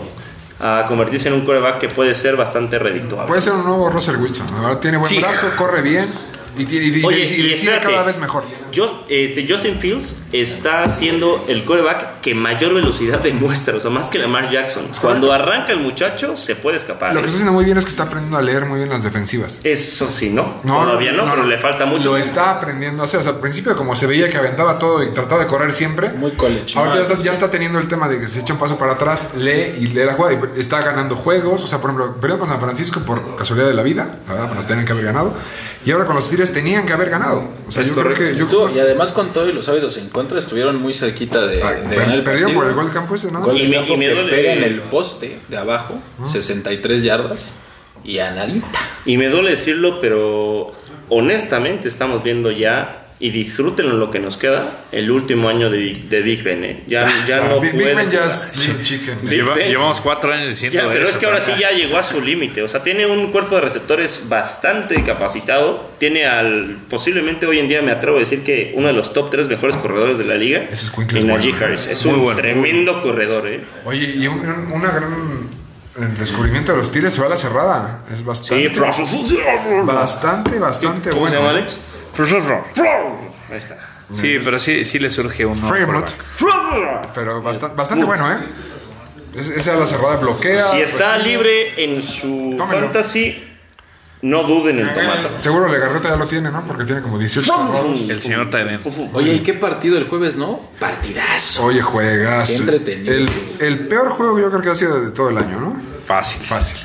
B: a convertirse en un coreback que puede ser bastante redituable.
A: Puede ser un nuevo Russell Wilson. la verdad, tiene buen
C: Sí.
A: brazo, corre bien y, tiene- y- y-
B: Oye,
A: y- y decide
B: espérate,
A: cada vez mejor.
B: Just- este, Justin Fields está siendo el coreback que mayor velocidad demuestra, o sea, más que Lamar Jackson. Cuando arranca el muchacho, se puede escapar.
A: Lo
B: ¿eh?
A: que está haciendo muy bien es que está aprendiendo a leer muy bien las defensivas.
B: Eso sí, ¿no? Todavía no, pero le falta mucho.
A: Lo está aprendiendo a hacer. O sea, al principio, como se veía que aventaba todo y trataba de correr siempre.
D: Muy college.
A: Ahora ya
D: No,
A: está, ya está teniendo el tema de que se echa un paso para atrás, lee y lee la jugada. y Está ganando juegos. O sea, por ejemplo, perdió con San Francisco por casualidad de la vida. La verdad, pues, nos tenían que haber ganado. Y ahora con los Tigres tenían que haber ganado. O sea,
B: Es
A: yo creo
B: correcto.
A: que. yo creo-
D: Estuvo- y además con todo y los árbitros en contra estuvieron muy cerquita de,
A: Ah,
D: de
A: per-
D: ganar el
A: perdieron
D: partido.
A: por el gol de campo ese, ¿no?
D: Gol de
B: Y me-
D: campo
B: y me
D: que
B: duele-
D: pega en el poste de abajo, 63 yardas y a nadita.
B: Y me duele decirlo, pero honestamente estamos viendo ya y disfrútenlo lo que nos queda el último año de, de Big Ben. ¿eh? Ya, ya no
A: Big, Big
B: puede.
A: Ben Ah, ya
B: jugar.
A: es Little Chicken.
B: Big
C: Lleva-
B: Ben.
C: llevamos cuatro años diciendo
B: Ya, pero
C: eso,
B: es que ahora sí
C: pero-
B: ya llegó a su límite. O sea, tiene un cuerpo de receptores bastante capacitado. Tiene al. Posiblemente hoy en día me atrevo a decir que uno de los top tres mejores corredores de la liga.
A: Ese escuincle es
B: Y Najee
A: bueno.
B: Harris. Es
C: Muy
B: un
C: bueno.
B: tremendo corredor, ¿eh?
A: Oye, y un, un- una gran. El descubrimiento de los tigres se va a la cerrada. Es
B: Sí,
A: bastante.
B: prof-
A: bastante, bastante
B: ¿Cómo se
A: bueno. ¿eh?
B: llama, Alex? Ahí está.
C: Sí, pero sí, sí le surge un nuevo
A: Fremont,
C: quarterback.
A: pero bastan- bastante bueno, ¿eh? Es- Esa a la cerrada bloquea. pues
B: Si está
A: recibe.
B: libre en su
A: Tómelo.
B: fantasy, no duden en tomarlo.
A: Seguro Legarreta ya lo tiene, ¿no? Porque tiene como 18 cerrados.
C: El señor Tyden.
D: Oye, ¿y qué partido el jueves, no? Partidazo.
A: Oye, juegas.
D: Qué entretenido.
A: El, el peor juego yo creo que ha sido de todo el año, ¿no?
C: Fácil.
A: Fácil.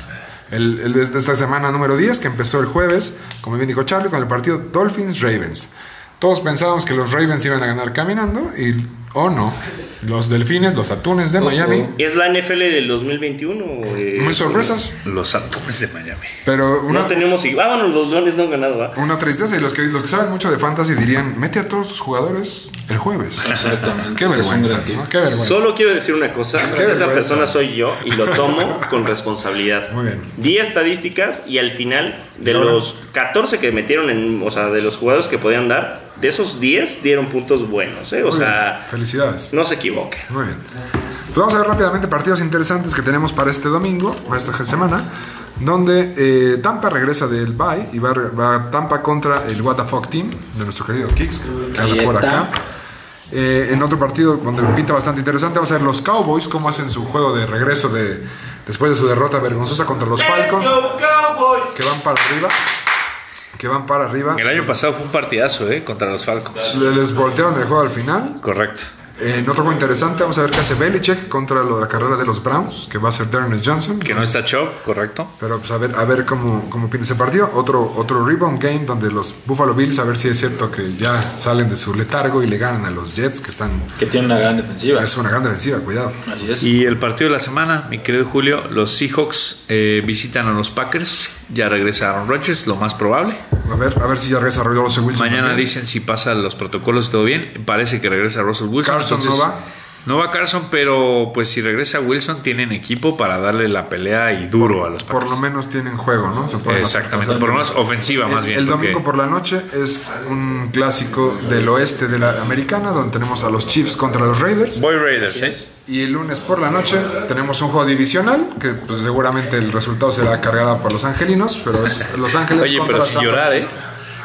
A: El, el de de esta semana número 10, que empezó el jueves, como bien dijo Charlie, con el partido Dolphins-Ravens. Todos pensábamos que los Ravens iban a ganar caminando y, oh no, los Delfines, los Atunes
D: Oh,
A: de Miami,
B: Es la NFL del 2021. eh,
A: muy sorpresas,
C: Los Atomes de Miami.
A: pero una,
B: No tenemos. y- Ah, bueno, los Leones no han ganado, ¿ah?
A: una tristeza. Y los que, los que saben mucho de fantasy dirían, mete a todos tus jugadores el jueves.
D: Exactamente.
A: Qué
D: es un
A: vergüenza,
D: gran tipo.
A: ¿no? Qué vergüenza.
B: Solo quiero decir una cosa, esa
A: vergüenza.
B: persona soy yo y lo tomo con responsabilidad.
A: Muy bien.
B: Di estadísticas y al final de
A: ¿Y ahora?
B: los 14 que metieron en, o sea, de los jugadores que podían dar, de esos 10 dieron puntos buenos, ¿eh? o
A: Muy
B: sea,
A: bien, Felicidades.
B: no se equivoque.
A: Muy bien. Pues vamos a ver rápidamente partidos interesantes que tenemos para este domingo, para esta semana, donde eh, Tampa regresa del bye y va, va Tampa contra el What the Fuck Team de nuestro querido Kicks, que anda
D: Ahí
A: por
D: está.
A: acá. Eh, en otro partido donde pinta bastante interesante va a ser los Cowboys, cómo hacen su juego de regreso de, después de su derrota vergonzosa contra los Falcons, que van para arriba. Que van para arriba.
C: El año pasado fue un partidazo, ¿eh? Contra los Falcons.
A: Le- Les voltearon el juego al final.
C: Correcto.
A: Eh, En otro juego interesante, vamos a ver qué hace Belichick contra lo de la carrera de los Browns, que va a ser Darren Johnson.
C: Que no está Chop, correcto.
A: Pero pues a ver, a ver cómo, cómo pinta ese partido. Otro, otro rebound game donde los Buffalo Bills, a ver si es cierto que ya salen de su letargo y le ganan a los Jets, que están.
D: Que tiene una gran defensiva.
A: Es una gran defensiva, cuidado.
D: Así es.
C: Y el partido de la semana, mi querido Julio, los Seahawks eh, visitan a los Packers. Ya regresa Aaron Rodgers, lo más probable.
A: A ver, a ver si ya regresa Russell Wilson.
C: Mañana
A: también.
C: dicen si pasan los protocolos y todo bien. Parece que regresa Russell Wilson.
A: Carson
C: entonces-
A: no va.
C: No va Carson, pero pues si regresa Wilson, tienen equipo para darle la pelea y duro a los Packers.
A: Por lo menos tienen juego, ¿no? Se pueden hacer-
C: Exactamente, por lo menos ofensiva más
A: El-
C: bien.
A: El
C: porque-
A: domingo por la noche es un clásico del oeste de la americana, donde tenemos a los Chiefs contra los Raiders.
C: Voy Raiders, ¿eh?
A: Y el lunes por la noche tenemos un juego divisional que pues, seguramente el resultado será cargado por los angelinos, pero es Los Ángeles
C: Oye,
A: contra
C: pero sin
A: San
C: llorar, ¿eh?
A: Francisco.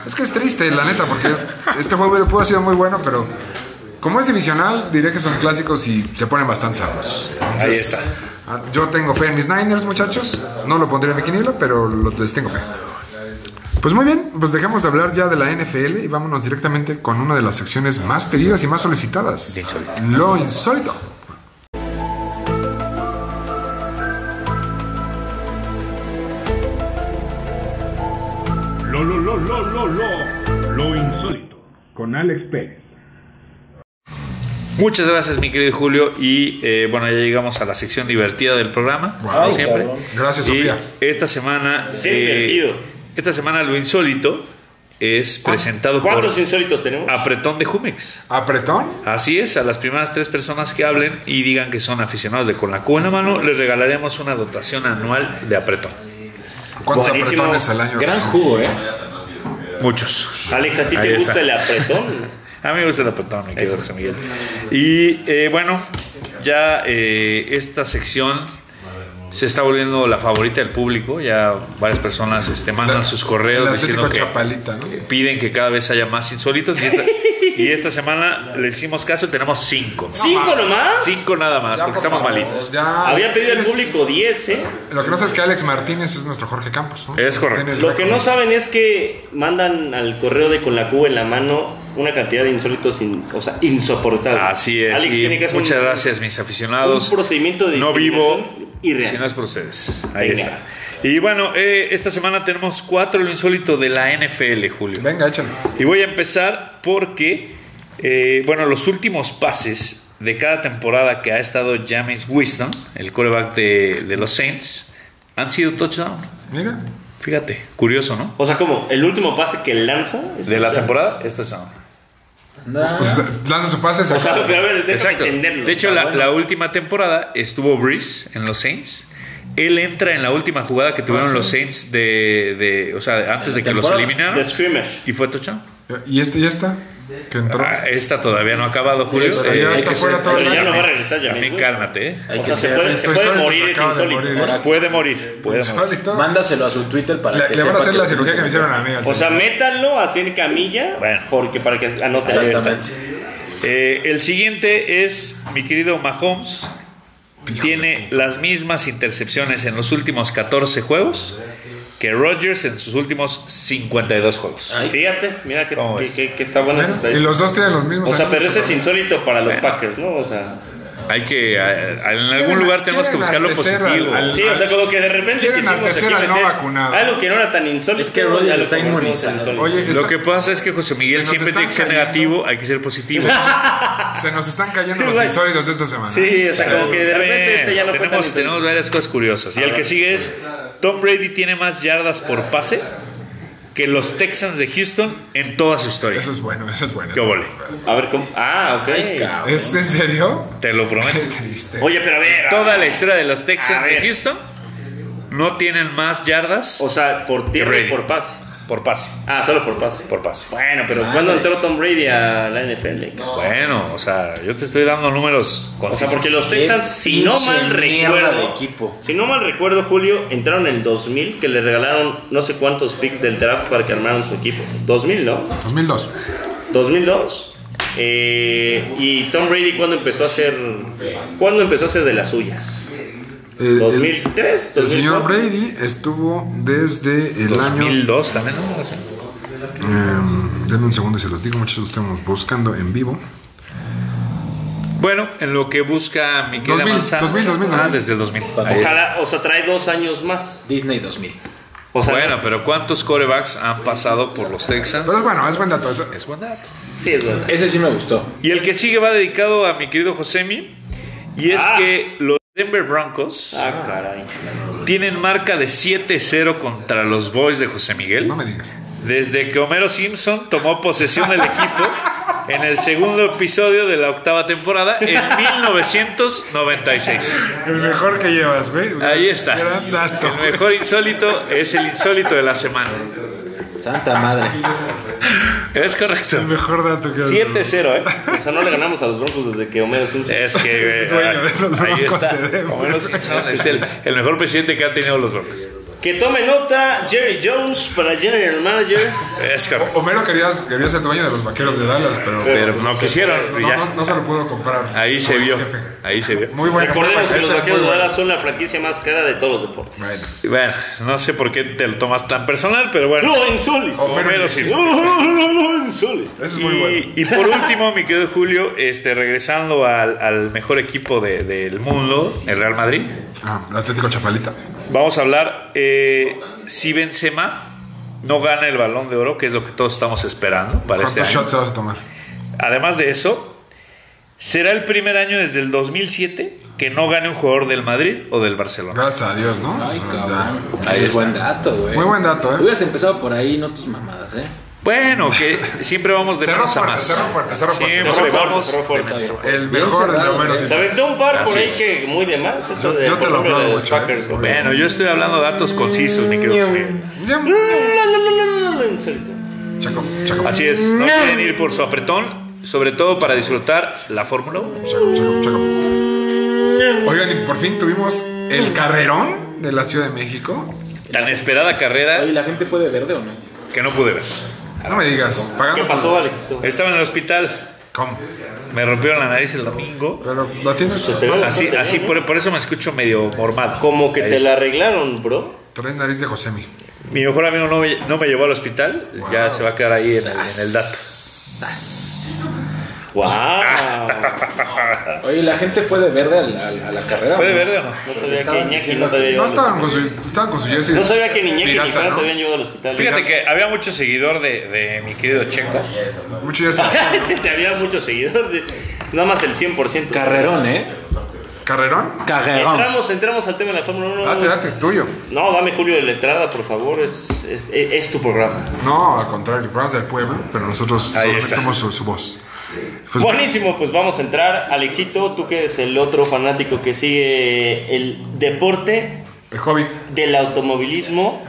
A: Es que es triste, la neta, porque es- este juego pudo haber sido muy bueno, pero como es divisional, diría que son clásicos y se ponen bastante sabrosos. Entonces,
C: Ahí está.
A: ah, Yo tengo fe en mis Niners, muchachos. No lo pondré en mi quiniela, pero lo- les tengo fe. Pues muy bien, pues dejamos de hablar ya de la NFL y vámonos directamente con una de las secciones más pedidas y más solicitadas. Lo insólito.
E: Lo, lo, lo, lo, lo, lo, lo insólito. Con Alex Pérez.
C: Muchas gracias, mi querido Julio. Y eh, bueno, ya llegamos a la sección divertida del programa. como
A: Ay,
C: siempre.
A: cabrón. Gracias,
C: Y
A: Sofía.
C: Esta semana. eh,
B: Sí, divertido.
C: Esta semana, lo insólito es presentado por
B: ¿Cuántos insólitos tenemos?
C: Apretón de Jumex.
A: ¿Apretón?
C: Así es, a las primeras tres personas que hablen y digan que son aficionados de Con la Cuba en la mano, les regalaremos una dotación anual de Apretón.
A: ¿Cuántos
B: Buenísimo.
A: apretones al año?
D: Gran
A: hacemos?
D: jugo, ¿eh?
A: pues,
C: Muchos.
B: Alex, ¿a ti
C: Ahí
B: te
C: está.
B: gusta
A: [LAUGHS]
B: el apretón?
C: A mí me gusta el apretón, mi querido José Miguel. Y eh, bueno, ya eh, esta sección se está volviendo la favorita del público. Ya varias personas este, mandan
A: La-
C: sus correos
A: el
C: diciendo
A: Atlético
C: que
A: Chapalita, ¿no?
C: que piden que cada vez haya más insólitos. Y esta, y esta semana le hicimos caso y tenemos cinco.
B: ¿Cinco nomás?
C: Cinco nada más,
A: Ya,
C: porque
A: por
C: estamos
A: favor,
C: malitos.
A: ya.
B: Había pedido al público 10, ¿eh?
A: Lo que no sé es que Alex Martínez es nuestro Jorge Campos. ¿no?
C: Es correcto.
A: Tiene el
B: Lo que no
A: récord.
B: saben es que mandan al correo de con la cuba en la mano una cantidad de insólitos, in- o sea, insoportable.
C: Así es.
B: Alex
C: y
B: tiene que hacer un-
C: muchas gracias, mis aficionados.
B: Un procedimiento de
C: no vivo
B: discriminación irreal.
C: si no es por ustedes. Ahí
B: Venga.
C: está. Y bueno, eh, esta semana tenemos cuatro lo insólito de la NFL, Julio.
A: Venga, échale.
C: Y voy a empezar porque, eh, bueno, los últimos pases de cada temporada que ha estado James Winston, el coreback de, de los Saints, han sido touchdown.
A: Mira.
C: Fíjate, curioso, ¿no?
B: O sea, como el último pase que lanza
C: De la temporada es touchdown.
D: Nah.
A: O sea, Pues, lanza su pase, se
B: O sea,
A: acaba.
B: pero a ver, déjame
C: Exacto.
B: entenderlo.
C: De Ah, hecho, la, la última temporada estuvo Breeze en los Saints. Él entra en la última jugada que tuvieron los Saints de, de- O sea, antes de que los
D: temporada.
C: eliminaran.
B: The scrimmage.
C: ¿Y fue touchdown?
A: Y este y esta, que entró. [LAUGHS]
C: Ah, esta todavía no ha acabado, Julio.
D: Esta
C: Eh,
A: pues, ya
C: hay
A: está
C: que
A: fuera
C: ser-
A: todo el
B: Pero ya
A: año.
B: no va a regresar ya.
C: También cálmate, ¿eh.
D: Hay
B: O
D: que
B: sea, se
D: ser
B: puede, se
A: respetuoso,
B: puede morir, es
A: acaba de morir.
B: insólito.
D: Ahora,
C: Puede morir. Puede morir.
A: Solito.
D: Mándaselo a su Twitter para
A: Le,
D: que
A: le van a
D: sepa
A: hacer
D: que-
A: la cirugía que me hicieron a mí. al
B: O sea,
A: señor.
B: métanlo así en camilla
C: Bueno.
B: porque para que anote.
D: Exactamente.
C: Eh, el siguiente es mi querido Mahomes. Tiene las mismas intercepciones en los últimos 14 juegos que Rodgers en sus últimos 52 juegos.
D: Ay.
B: Fíjate, mira que,
C: ¿Cómo
B: que-
C: ves?
B: que- que está buena
A: Bueno,
B: esa
A: y
B: estadística.
A: los dos tienen los mismos.
B: O sea,
A: años,
B: pero eso es
A: cabrón.
B: insólito para los Packers, ¿no? O sea,
C: Hay que. a- a- en
A: Quieren-
C: algún lugar tenemos que
A: quieren
C: buscar lo
A: apetecer
C: positivo.
A: al- al-
B: sí, o sea, como que de repente
A: Quieren
B: quisimos aquí
A: enaltecer al no
B: meter
A: vacunado.
B: algo que no era tan insólito.
D: Es que Rodgers
B: ya lo
D: está
B: convertimos en
D: inmunizado.
B: insólito.
A: Oye,
C: Lo
A: está-
C: que pasa es que José Miguel
A: nos
C: siempre
A: están
C: tiene que ser
A: cayendo.
C: negativo, hay que ser positivo.
A: se nos están cayendo los
B: Igual.
A: insólitos de esta semana.
B: Sí, o sea, como que de
C: Está
B: repente
C: bien,
B: este ya no fue tan
C: tenemos,
B: insólito.
C: tenemos varias cosas curiosas. Y el que sigue es: Tom Brady tiene más yardas por pase que los Texans de Houston en toda su historia.
A: Eso es bueno, eso es bueno.
C: ¿Qué vole?
B: A ver cómo. Ah, ok.
D: Ay, cabrón.
A: ¿Es en serio?
C: Te lo
B: [LAUGHS]
A: Qué
C: prometo.
A: triste.
B: Oye, pero a ver.
C: Toda la historia de los
B: A
C: Texans de
B: ver.
C: Houston no tienen más yardas
B: O sea, por tierra
C: Brady.
B: y por pase.
C: por pase.
B: Ah, solo por pase.
C: Por pase.
B: Bueno, pero
D: Madres.
B: ¿cuándo entró Tom Brady a la NFL?
C: Bueno, o sea, yo te estoy dando números
B: O sea,
C: concisos.
B: porque los
D: Qué
B: Texans, si no
D: pinche
B: mal
D: mierda de
B: recuerdo,
D: equipo.
B: si no mal recuerdo, Julio, entraron en el 2000 que le regalaron no sé cuántos picks del draft para que armaran su equipo. 2000, ¿no?
A: 2002.
B: 2002. Eh, y Tom Brady cuando empezó a hacer cuando empezó a hacer de las suyas.
A: El- el-
B: 2003,
A: El señor
B: 2004.
A: Brady estuvo desde el año.
C: 2002 también, ¿no? O sea,
A: em, denme un segundo y se los digo, muchachos, estamos buscando en vivo.
C: Bueno, en lo que busca mi querida
A: 2000,
C: Manzana.
A: 2000, 2000,
C: Ah,
A: 2000.
C: desde el 2000.
D: Cuando-
C: Ahí está.
B: Ojalá, o sea, trae dos años más.
D: Disney 2000.
B: O sea,
C: Bueno, pero ¿cuántos corebacks han pasado por los Texans?
A: Pero es bueno, es buen dato. es-
C: Es buen dato.
B: sí es verdad.
D: Ese sí me gustó.
C: Y el que sigue va dedicado a mi querido Josemi. Y es
B: Ah.
C: que los Denver Broncos
B: Ah, caray.
C: tienen marca de 7-0 contra los Boys de José Miguel.
A: No me digas.
C: Desde que Homero Simpson tomó posesión del
A: [LAUGHS]
C: equipo en el segundo episodio de la octava temporada
A: [LAUGHS]
C: en 1996.
A: El mejor que llevas, güey.
C: Ahí está.
A: Gran dato.
C: El mejor insólito es el insólito de la semana.
D: Santa madre.
C: Es correcto.
A: El mejor dato que has
C: 7-0, ¿eh?
B: O sea, no le ganamos a los Broncos desde que Homero Simpson.
A: Eh.
C: Es que.
A: Este Es dueño de los
C: ahí
A: Broncos
C: está.
A: de Denver.
C: Homero Simpson es el, el mejor presidente que han tenido los Broncos.
B: Que tome nota Jerry Jones para General Manager.
C: Es correcto.
A: Homero querías, quería ser dueño de los vaqueros de Dallas, pero,
C: Pero no quisieron.
A: no,
C: y ya.
A: no- no se lo pudo comprar.
C: Ahí se
A: Por el
C: vio.
A: jefe.
C: Ahí se vio.
A: Muy bueno.
B: Recordemos que los
A: Ese era
B: vaqueros
A: muy
B: de
A: bueno.
B: Dallas son la franquicia más cara de todos los deportes.
A: Bueno.
C: Y Bueno, no sé por qué te lo tomas tan personal, pero bueno.
B: ¡Lo insólito!
A: Homero
C: Homero
A: Simpson.
C: Simpson.
B: No, no, no, no, insólito.
A: Eso es
C: y,
A: muy bueno.
C: y por último, mi querido Julio, este, regresando al, al mejor equipo de- del mundo, el Real Madrid,
A: Ah, Atlético Chapalita.
C: vamos a hablar eh, si Benzema no gana el Balón de Oro, que es lo que todos estamos esperando para
A: ¿Cuántos
C: este año.
A: shots te vas a tomar?
C: Además de eso, será el primer año desde el 2007 que no gane un jugador del Madrid o del Barcelona.
A: Gracias a Dios, ¿no?
D: Ay,
A: Ya.
D: cabrón.
C: Ahí
D: Ese es
C: está.
D: buen dato, güey.
A: Muy buen dato, ¿eh?
D: Hubieras empezado por ahí, no tus mamadas, ¿eh?
C: Bueno, que siempre vamos de
A: Cerró
C: menos a
A: fuerte,
C: más.
A: cerró fuerte, cerró fuerte.
C: Siempre
A: Cerró fuerte,
C: vamos
B: cerró fuerte.
C: de menos a más.
A: El
D: Bien
A: mejor de
D: cerrado,
A: Homero
D: eh.
B: Se
A: Simpson.
B: aventó un par por
C: Así
B: ahí
C: es.
B: que muy de más. Eso
A: Yo-
B: de,
A: yo te
B: por
A: lo
B: ejemplo,
A: aplaudo
B: de los
A: mucho, eh.
B: Packers. ¿no?
C: Bueno, yo estoy hablando de datos concisos, mi querido Miguel.
B: No, no, no, no, no, insólito.
A: Chaco, chaco,
C: Así es, no quieren ir por su apretón, sobre todo para disfrutar la Fórmula 1.
A: chaco, chaco, chaco. Oigan, y por fin tuvimos el carrerón de la Ciudad de México.
C: Tan esperada carrera
D: Oye, ¿la gente fue de verde o no?
C: que no pude ver.
A: No me digas, pagando.
B: ¿Qué pasó, Alex? Tú?
C: Estaba en el hospital,
A: ¿Cómo?
C: me rompieron la nariz el domingo.
A: Pero la tienes.
B: te ve
C: Así,
B: bastante
C: así
B: bien,
C: por, por eso me escucho medio mormado.
B: Como que
C: Ahí
B: te
C: está.
B: la arreglaron, bro.
A: Traes nariz de Josemi.
C: Mi mejor amigo no me, no me llevó al hospital, ya se va a quedar ahí en el, en el dato.
B: ¡Wow!
D: Oye, ¿la gente fue de verde a la, a la carrera?
C: ¿Puede
D: o
C: verde o no?
B: No sabía que Iñaki no te había
A: No
B: llevado. al
A: estaban con
B: hospital.
A: su, estaban con su jersey.
B: No sabía que ni Iñaki ni
A: pirata,
B: Fran
A: ¿no?
B: te habían llevado al hospital.
C: Fíjate que había mucho seguidor de, de mi querido Checo.
A: Mucho
B: [LAUGHS]
A: jersey.
B: te había muchos seguidores. Nada más el 100%.
D: Carrerón, ¿eh?
A: ¿Carrerón?
D: Carrerón.
B: Entramos, entramos al tema de la Fórmula 1.
A: Date, date, es tuyo.
B: No, dame Julio de la entrada, por favor. Es, es, es- es tu programa.
A: No, al contrario, vamos del pueblo, pero nosotros
C: Ahí
A: solamente
C: está.
A: somos su, su voz. Pues-
B: Buenísimo, pues vamos a entrar. Alexito, tú que eres el otro fanático que sigue el deporte
A: El hobby.
B: del automovilismo.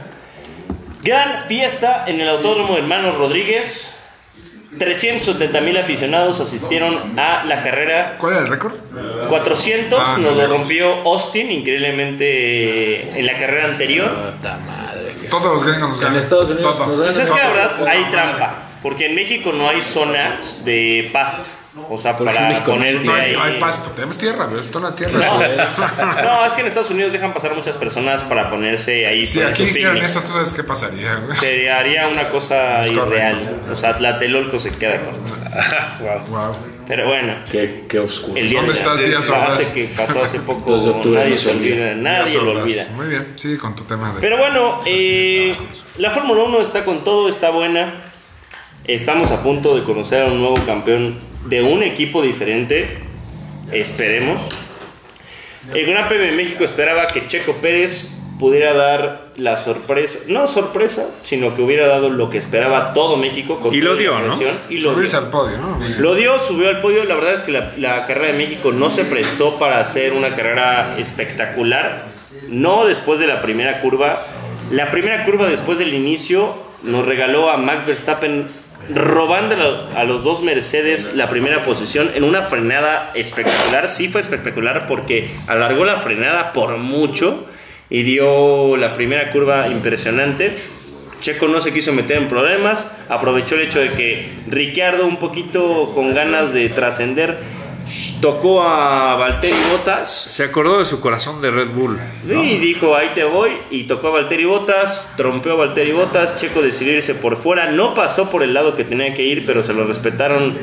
B: Gran fiesta en el Autódromo Hermanos Rodríguez. 370 mil aficionados asistieron a la carrera.
A: ¿Cuál era el récord?
B: 400
A: Ah, no,
B: nos lo
A: no.
B: rompió Austin, increíblemente eh, en la carrera anterior.
D: Puta madre. que-
A: Todos los gringos nos
D: En
A: ganan.
D: Estados Unidos
A: Todo.
D: nos
B: Pues
D: ganan.
B: es que la
A: Todo.
B: verdad hay trampa, porque en México no hay zonas de pasto. O sea,
D: Porque en
B: para
D: México no hay-
B: ponerte
A: No hay,
B: ahí.
A: no hay pasto, tenemos tierra, pero esto es una tierra.
B: No, [LAUGHS] no, es que en Estados Unidos dejan pasar muchas personas para ponerse ahí.
A: Si
B: poner
A: aquí
B: su
A: hicieran
B: picnic.
A: eso, ¿tú sabes qué pasaría? güey?
B: Se haría una cosa
A: Es correcto.
B: irreal. O sea, Tlatelolco se
A: [LAUGHS]
B: queda corto.
A: Wow.
B: Pero bueno,
D: Qué, qué oscuro.
B: el día
A: ¿Dónde
B: de la
A: estás, Díaz Ordaz?
B: frase que pasó hace poco,
D: 2 de octubre,
B: nadie
D: no
B: se
D: se olvida.
B: olvida, nadie
A: Díaz
B: lo
A: Ordaz.
B: olvida.
A: Muy bien, sigue con tu tema de.
B: Pero bueno, eh, la Fórmula 1 está con todo, está buena. Estamos a punto de conocer a un nuevo campeón de un equipo diferente. Esperemos. El Gran Premio de México esperaba que Checo Pérez pudiera dar la sorpresa, no sorpresa, sino que hubiera dado lo que esperaba todo México. con
C: Y lo
B: toda la
C: dio, ¿no?
B: presión, y lo
A: Subirse
B: dio.
A: al podio, ¿no? Muy bien.
B: Lo dio, subió al podio. La verdad es que la, la carrera de México no se prestó para hacer una carrera espectacular. No después de la primera curva. La primera curva después del inicio nos regaló a Max Verstappen robando a- a los dos Mercedes la primera posición en una frenada espectacular. Sí fue espectacular porque alargó la frenada por mucho y dio la primera curva impresionante. Checo no se quiso meter en problemas, aprovechó el hecho de que Ricciardo un poquito con ganas de trascender tocó a Valtteri Bottas
C: Se acordó de su corazón de Red Bull.
B: y dijo ahí te voy y tocó a Valtteri Bottas, trompeó a Valtteri Bottas, Checo decidió irse por fuera, no pasó por el lado que tenía que ir, pero se lo respetaron.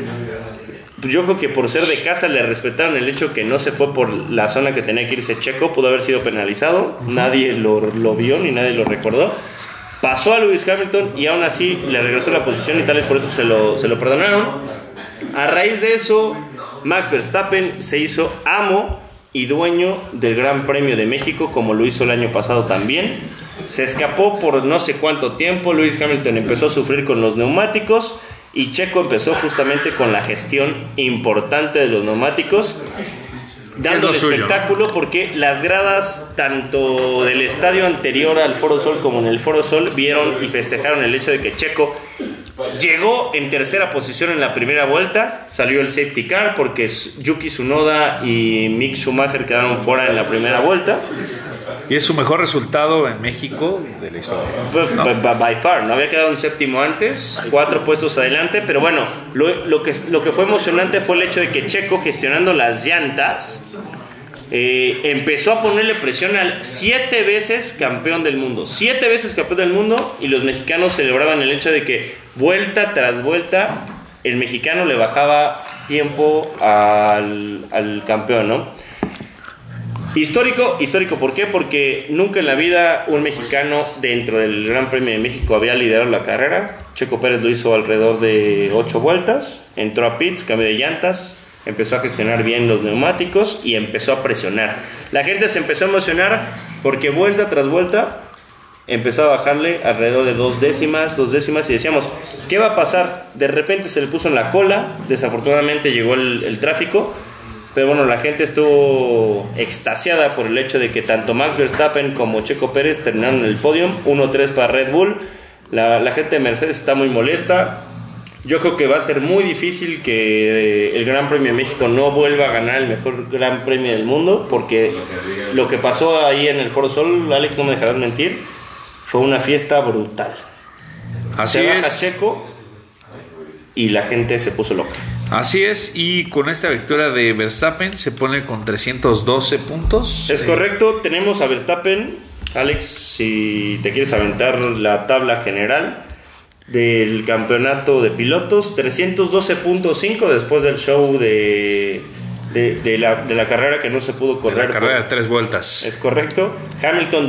B: Yo creo que por ser de casa le respetaron el hecho que no se fue por la zona que tenía que irse Checo, pudo haber sido penalizado, nadie lo, lo vio ni nadie lo recordó. Pasó a Lewis Hamilton y aún así le regresó la posición y tal vez por eso se lo, se lo perdonaron. A raíz de eso, Max Verstappen se hizo amo y dueño del Gran Premio de México, como lo hizo el año pasado también. Se escapó por no sé cuánto tiempo. Lewis Hamilton empezó a sufrir con los neumáticos y Checo empezó justamente con la gestión importante de los neumáticos, dando el
C: lo suyo, ¿no?
B: espectáculo porque las gradas tanto del estadio anterior al Foro Sol como en el Foro Sol vieron y festejaron el hecho de que Checo Llegó en tercera posición en la primera vuelta, salió el safety car porque Yuki Tsunoda y Mick Schumacher quedaron fuera en la primera vuelta.
C: Y es su mejor resultado en México de la historia.
B: Pues, by, by- by far, no había quedado un séptimo antes, cuatro puestos adelante, pero bueno, lo, lo que, lo que fue emocionante fue el hecho de que Checo gestionando las llantas eh, empezó a ponerle presión al siete veces campeón del mundo, siete veces campeón del mundo y los mexicanos celebraban el hecho de que vuelta tras vuelta el mexicano le bajaba tiempo al, al campeón, ¿no? Histórico, histórico, ¿por qué? Porque nunca en la vida un mexicano dentro del Gran Premio de México había liderado la carrera. Checo Pérez lo hizo alrededor de ocho vueltas, entró a pits, cambió de llantas, empezó a gestionar bien los neumáticos y empezó a presionar. La gente se empezó a emocionar porque vuelta tras vuelta empezó a bajarle alrededor de dos décimas, dos décimas y decíamos, ¿qué va a pasar? De repente se le puso en la cola, desafortunadamente llegó el, el tráfico, pero bueno, la gente estuvo extasiada por el hecho de que tanto Max Verstappen como Checo Pérez terminaron en el podium, 1-3 para Red Bull, la, la gente de Mercedes está muy molesta, yo creo que va a ser muy difícil que eh, el Gran Premio de México no vuelva a ganar el mejor Gran Premio del mundo, porque lo que pasó ahí en el Foro Sol, Alex, no me dejarás mentir, fue una fiesta brutal.
C: Así
B: se baja
C: es.
B: Checo y la gente se puso loca.
C: Así es. Y con esta victoria de Verstappen se pone con 312 puntos.
B: Es
C: Eh,
B: correcto, tenemos a Verstappen. Alex, si te quieres aventar la tabla general del campeonato de pilotos, 312.5 después del show de, de, de la, de la carrera que no se pudo
C: de
B: correr.
C: la carrera de
B: por-
C: tres vueltas.
B: Es correcto. Hamilton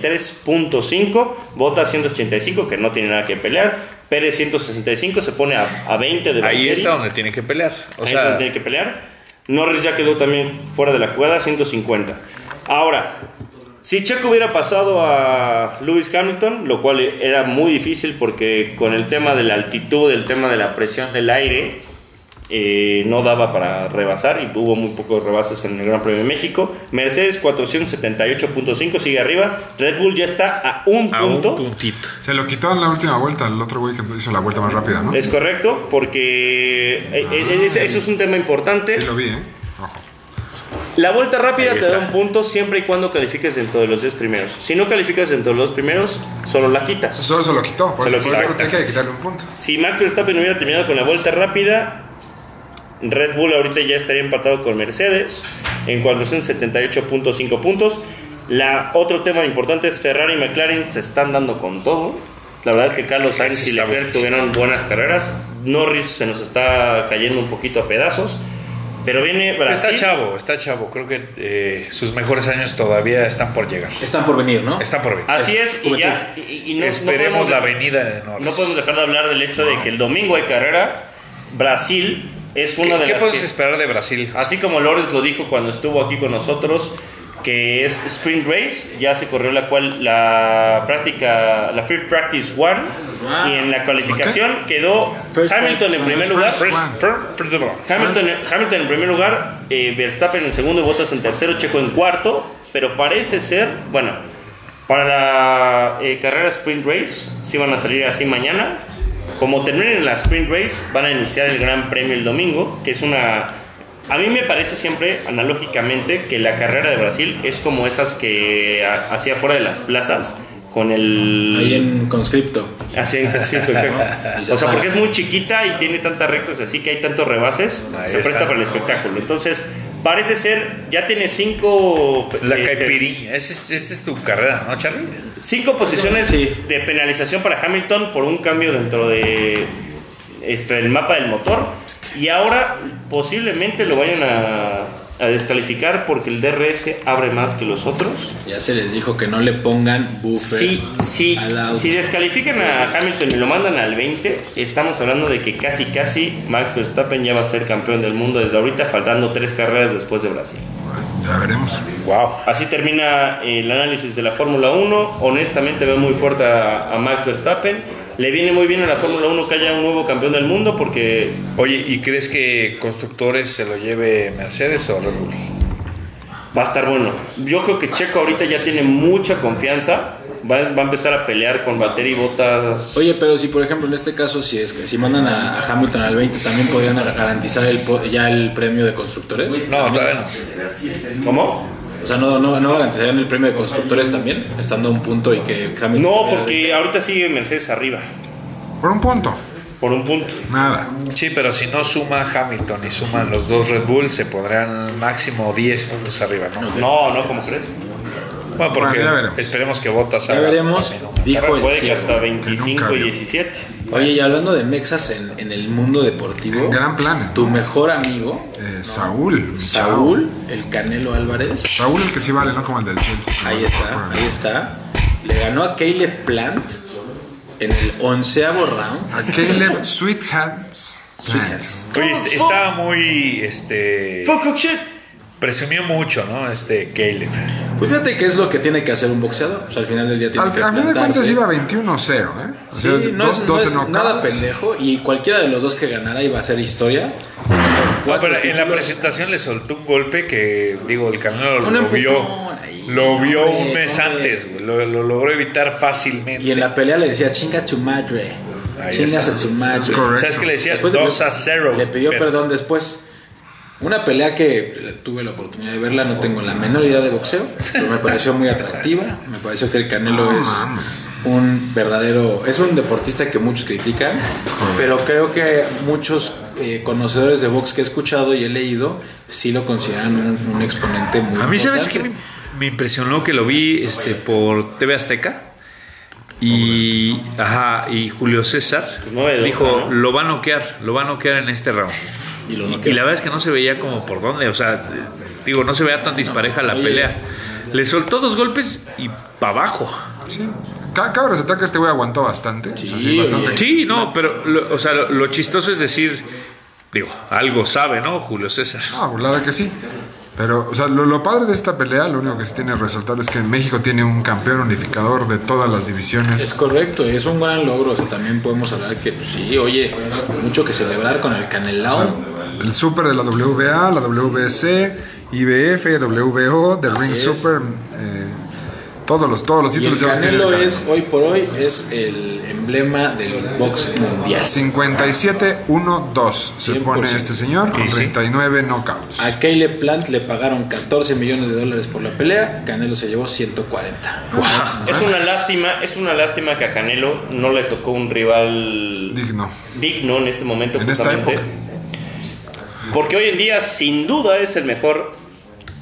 B: 293.5, Bottas 185, que no tiene nada que pelear. Pérez 165 se pone a, a 20 de
C: Ahí
B: Valtteri.
C: está donde tiene que pelear. O
B: Ahí es
C: sea,
B: donde tiene que pelear. Norris ya quedó también fuera de la jugada, 150. Ahora, si Checo hubiera pasado a Lewis Hamilton, lo cual era muy difícil porque con el tema de la altitud, el tema de la presión del aire, eh, no daba para rebasar y hubo muy pocos rebases en el Gran Premio de México. Mercedes 478.5 sigue arriba. Red Bull ya está a un
C: A
B: punto.
C: un puntito.
A: Se lo quitó en la última vuelta el otro güey que hizo la vuelta más rápida, ¿no?
B: Es correcto, porque eh, eh, ese- eso es un tema importante.
A: Sí lo vi, ¿eh? Ojo.
B: La vuelta rápida
C: Ahí
B: te da
C: está.
B: un punto siempre y cuando califiques dentro de los 10 primeros. Si no calificas dentro de los primeros, solo la quitas.
A: Solo se lo quitó, por
B: Se lo
A: eso fue
B: quitó.
A: estrategia de quitarle un punto.
B: Si Max Verstappen hubiera terminado con la vuelta rápida, Red Bull ahorita ya estaría empatado con Mercedes en 478.5 puntos. La, otro tema importante es Ferrari y McLaren se están dando con todo. La verdad es que Carlos Sainz y Leclerc tuvieron buenas carreras. Norris se nos está cayendo un poquito a pedazos. Pero viene Brasil.
C: Está chavo, está chavo. Creo que eh, sus mejores años todavía están por llegar.
D: Están por venir, ¿no?
C: Están por venir.
B: Así
D: Es
B: es, y ya. Y, y Ah, no, no
C: Esperemos
B: podemos-
C: la venida de Norris.
B: No podemos dejar de hablar del hecho de que el domingo hay carrera. Brasil es una
C: ¿Qué,
B: de
C: qué
B: las
C: puedes
B: que- Ah,
C: esperar de Brasil?
B: Así como Lores lo dijo cuando estuvo aquí con nosotros, que es Spring Race, ya se corrió la cual la práctica, la First Practice One,
D: Wow.
B: y en la cualificación quedó
D: First
B: Hamilton
D: Practice
B: en
D: One.
B: primer
D: First
B: lugar,
A: Practice One.
C: First- first of all.
B: Hamilton, Hamilton en primer lugar, eh, Verstappen en segundo, Bottas en tercero, Checo en cuarto, pero parece ser, bueno, para la eh, carrera Sprint Race, si van a salir así mañana, como terminen la Sprint Race, van a iniciar el Gran Premio el domingo, que es una... A mí me parece siempre, analógicamente, que la carrera de Brasil es como esas que ha- hacía fuera de las plazas con el...
D: Ahí en conscripto.
B: Así en concierto, exacto. O sea, porque es muy chiquita y tiene tantas rectas así que hay tantos rebases,
C: Ahí
B: se presta
C: está.
B: para el espectáculo. Entonces, parece ser, ya tiene cinco,
C: La
B: este,
C: caipirinha. Ese es- Esta es tu carrera, ¿no, Charlie?
B: cinco posiciones
D: Sí.
B: de penalización para Hamilton por un cambio dentro de este, el mapa del motor. Y ahora posiblemente lo vayan a, a descalificar porque el DRS abre más que los otros.
D: Ya se les dijo que no le pongan buffer.
B: Sí, sí.
D: al auto.
B: Si descalifican a Hamilton y lo mandan al 20, estamos hablando de que casi, casi Max Verstappen ya va a ser campeón del mundo desde ahorita, faltando tres carreras después de Brasil.
A: Bueno, ya veremos.
C: Wow.
B: Así termina eh, el análisis de la Fórmula 1. Honestamente veo muy fuerte a, a Max Verstappen. Le viene muy bien a la Fórmula 1 que haya un nuevo campeón del mundo porque
C: Oye, ¿y crees que constructores se lo lleve Mercedes o Red Bull?
B: va a estar bueno. Yo creo que Checo ahorita ya tiene mucha confianza. Va, va a empezar a pelear con Bateri Botas.
D: Oye, pero si por ejemplo en este caso, si es que si mandan a a Hamilton al 20, también podrían garantizar el, po- ya el premio de constructores.
C: No, todavía no.
B: ¿Cómo?
D: O sea, no, no, no garantizarían el premio de constructores también, estando a un punto y que Hamilton.
B: No,
D: tuviera-
B: porque ahorita sigue Mercedes arriba.
A: Por un punto.
B: Por un punto.
A: Nada.
C: Sí, pero si no suma Hamilton y suman los dos Red Bull, se podrán máximo 10 puntos arriba, ¿no?
B: No, no, como crees?
C: Bueno, porque
A: Bueno, ya veremos.
C: esperemos que Bottas
D: Ya
C: haga
D: veremos,
C: también una
D: dijo
C: carrera.
D: el-
B: Puede que
D: ciego,
B: hasta
D: que
B: 25 y
A: vio.
B: 17.
D: Oye, y hablando de mexas en, en el mundo deportivo.
A: En gran plan.
D: Tu mejor amigo,
A: Eh, Saúl.
D: Saúl, el Canelo Álvarez.
A: Saúl el que sí vale, no como el del Chelsea.
D: Ahí está, ahí está. Le ganó a Caleb Plant en el onceavo round.
A: A Caleb Sweet Hands.
D: Sweet Hands.
C: Oye, est- estaba muy, este,
B: Fuck, fuck, shit.
C: presumió mucho, ¿no? Este Caleb.
D: Pues fíjate que es lo que tiene que hacer un boxeador. O sea, al final del día tiene
A: Al,
D: que
A: a fin de cuentas
D: plantarse.
A: iba 21-0, ¿eh? O
D: Sí,
A: sea,
D: no
A: dos-
D: es, no
A: 12
D: es nada
A: knockouts.
D: pendejo y cualquiera de los dos que ganara iba a ser historia.
C: No, Ah, pero en la
D: títulos.
C: presentación le soltó un golpe que, digo, el Canelo lo,
D: Un empujón
C: vio.
D: ahí,
C: lo vio
D: hombre,
C: un mes
D: hombre.
C: antes, güey. Lo, lo logró evitar fácilmente.
D: Y en la pelea le decía, chinga tu madre.
C: Ahí
D: Chingas
C: está.
D: a tu madre.
A: Es correcto.
C: ¿Sabes qué le decías?
D: Después le-
C: 2 a 0.
D: Le pidió
C: Pero-
D: perdón después. Una pelea que tuve la oportunidad de verla, no tengo la menor idea de boxeo, pero me pareció muy atractiva. Me pareció que el Canelo
A: No
D: es
A: mames.
D: un verdadero, es un deportista que muchos critican, pero creo que muchos eh, conocedores de box que he escuchado y he leído sí lo consideran un, un exponente muy
C: A mí, ¿sabes qué
D: importante.
C: me, me impresionó? Que lo vi este, por TV Azteca. Y, ajá, y Julio César
B: Pues no hay de
C: dijo,
B: otra, ¿no?
C: lo va a noquear, lo va a noquear en este round.
D: Y lo
C: Y-
D: noqueó.
C: y la verdad es que no se veía como por dónde, o sea, eh, digo, no se veía tan dispareja la
D: Oye.
C: pelea. Le soltó dos golpes y para abajo.
A: Sí. Ca- Cabe resaltar que este güey aguantó bastante.
D: Sí,
A: o sea, sí, bastante.
D: oye.
C: Sí, no, pero, lo- o sea, lo, lo chistoso es decir, digo, algo sabe, ¿no? Julio César.
A: Ah, pues, la verdad que sí. Pero, o sea, lo, lo padre de esta pelea, lo único que se tiene que resaltar es que México tiene un campeón unificador de todas las
D: Es
A: divisiones.
D: correcto, es un gran logro. O sea, también podemos hablar que, pues, sí, oye, mucho que celebrar con el
A: O sea,
D: Canelao.
A: el Super de la WBA, la WBC, IBF, WBO, The
D: Así
A: Ring
D: es.
A: Super, eh, todos los, todos los
D: Y
A: títulos ya
D: el
A: los tiene
D: Canelo
A: Canelo.
D: es, hoy por hoy, es el emblema del box mundial.
A: 57-1-2 se
D: 100%.
A: pone este señor con
C: Y sí.
A: 39 knockouts.
D: A Caleb Plant le pagaron 14 millones de dólares por la pelea, Canelo se llevó 140.
B: Es una lástima, es una lástima que a Canelo no le tocó un rival
A: Digno.
B: digno en este momento
A: En esta
B: justamente.
A: época.
B: Porque hoy en día sin duda es el mejor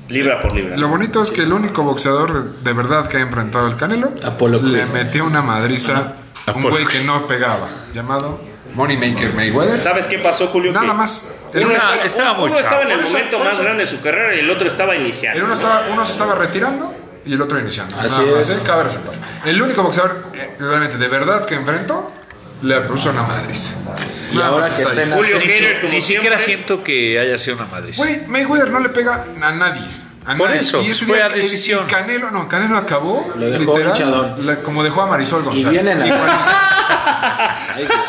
B: libra por libra.
A: Lo bonito es que el único boxeador de verdad que ha enfrentado el Canelo
D: Apolo
A: le
D: Creed.
A: metió una madriza a un
C: Apolo
A: güey
C: Creed.
A: que no pegaba, llamado Moneymaker Mayweather.
B: ¿Sabes qué pasó, Julio?
A: Nada
B: Que
A: más.
B: Uno
A: Estaba-
B: estaba,
C: estaba
B: uno
C: muy chavo.
B: estaba en el
A: Por eso,
B: momento
A: por
B: más
A: eso.
B: grande de su carrera y el otro estaba iniciando.
A: El uno, estaba, uno se estaba retirando y el otro iniciando.
D: Así
A: Nada más,
D: es.
A: ¿eh? Cabe resaltar. El único boxeador eh, realmente de verdad que enfrentó le puso una madriza.
D: Y
A: Nada
D: ahora
A: más
D: que
A: está
D: está
A: ahí.
D: en
B: Julio
C: Ni,
D: ascenso,
B: Heller,
C: si-
B: como
C: ni siquiera
B: siempre.
C: siento que haya sido una madriz.
A: Güey, Mayweather no le pega a nadie. A
C: Por
A: nadie.
C: eso,
A: Y
C: fue
A: día
C: a
A: que-
C: decisión.
A: y Canelo, no, Canelo acabó.
D: Lo dejó hinchadón.
A: la- como dejó a Marisol González.
D: y vienen
A: Igual-
D: a... [LAUGHS] Ay Dios,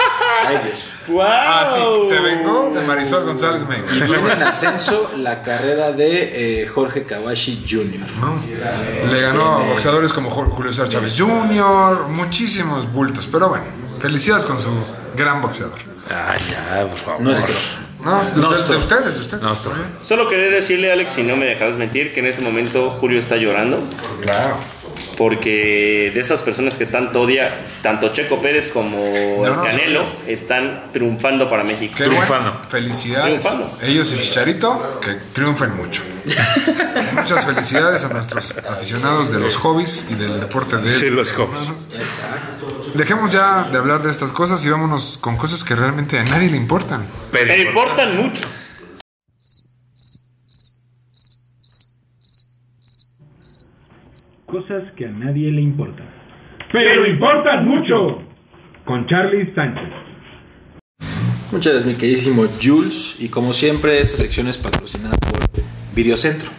D: ay Dios.
B: ¡Wow!
A: Ah, sí, se vengó de Marisol González Mayweather.
D: Y viene en ascenso la carrera de eh, Jorge Kawashi Jr.
A: ¿no? Le ganó a boxeadores como Jor- Julio César Chávez Jr., muchísimos bultos. Pero bueno, felicidades con su gran boxeador.
C: Ay, ya, por favor.
D: Nuestro.
A: No, de,
D: Nostro.
A: de ustedes, de ustedes.
B: Solo quería decirle, Alex, si no me dejas mentir, que en este momento Julio está llorando.
A: Claro.
B: Porque de esas personas que tanto odia, tanto Checo Pérez como el
A: no,
B: Canelo están triunfando para México.
A: Qué
C: Triunfando.
A: bueno. Felicidades.
B: Triunfando.
A: Ellos y Chicharito, que triunfen
D: [LAUGHS]
A: mucho. Muchas felicidades a nuestros aficionados de los hobbies y del deporte de,
C: De los hobbies.
A: Dejemos ya de hablar de estas cosas y vámonos con cosas que realmente a nadie le importan.
C: Pero
B: Pero
C: importa.
B: importan mucho.
E: Cosas que a nadie le importan. Pero importan mucho. Con Charlie Sánchez.
D: Muchas gracias, mi queridísimo Jules. Y como siempre, esta sección es patrocinada por Videocentro.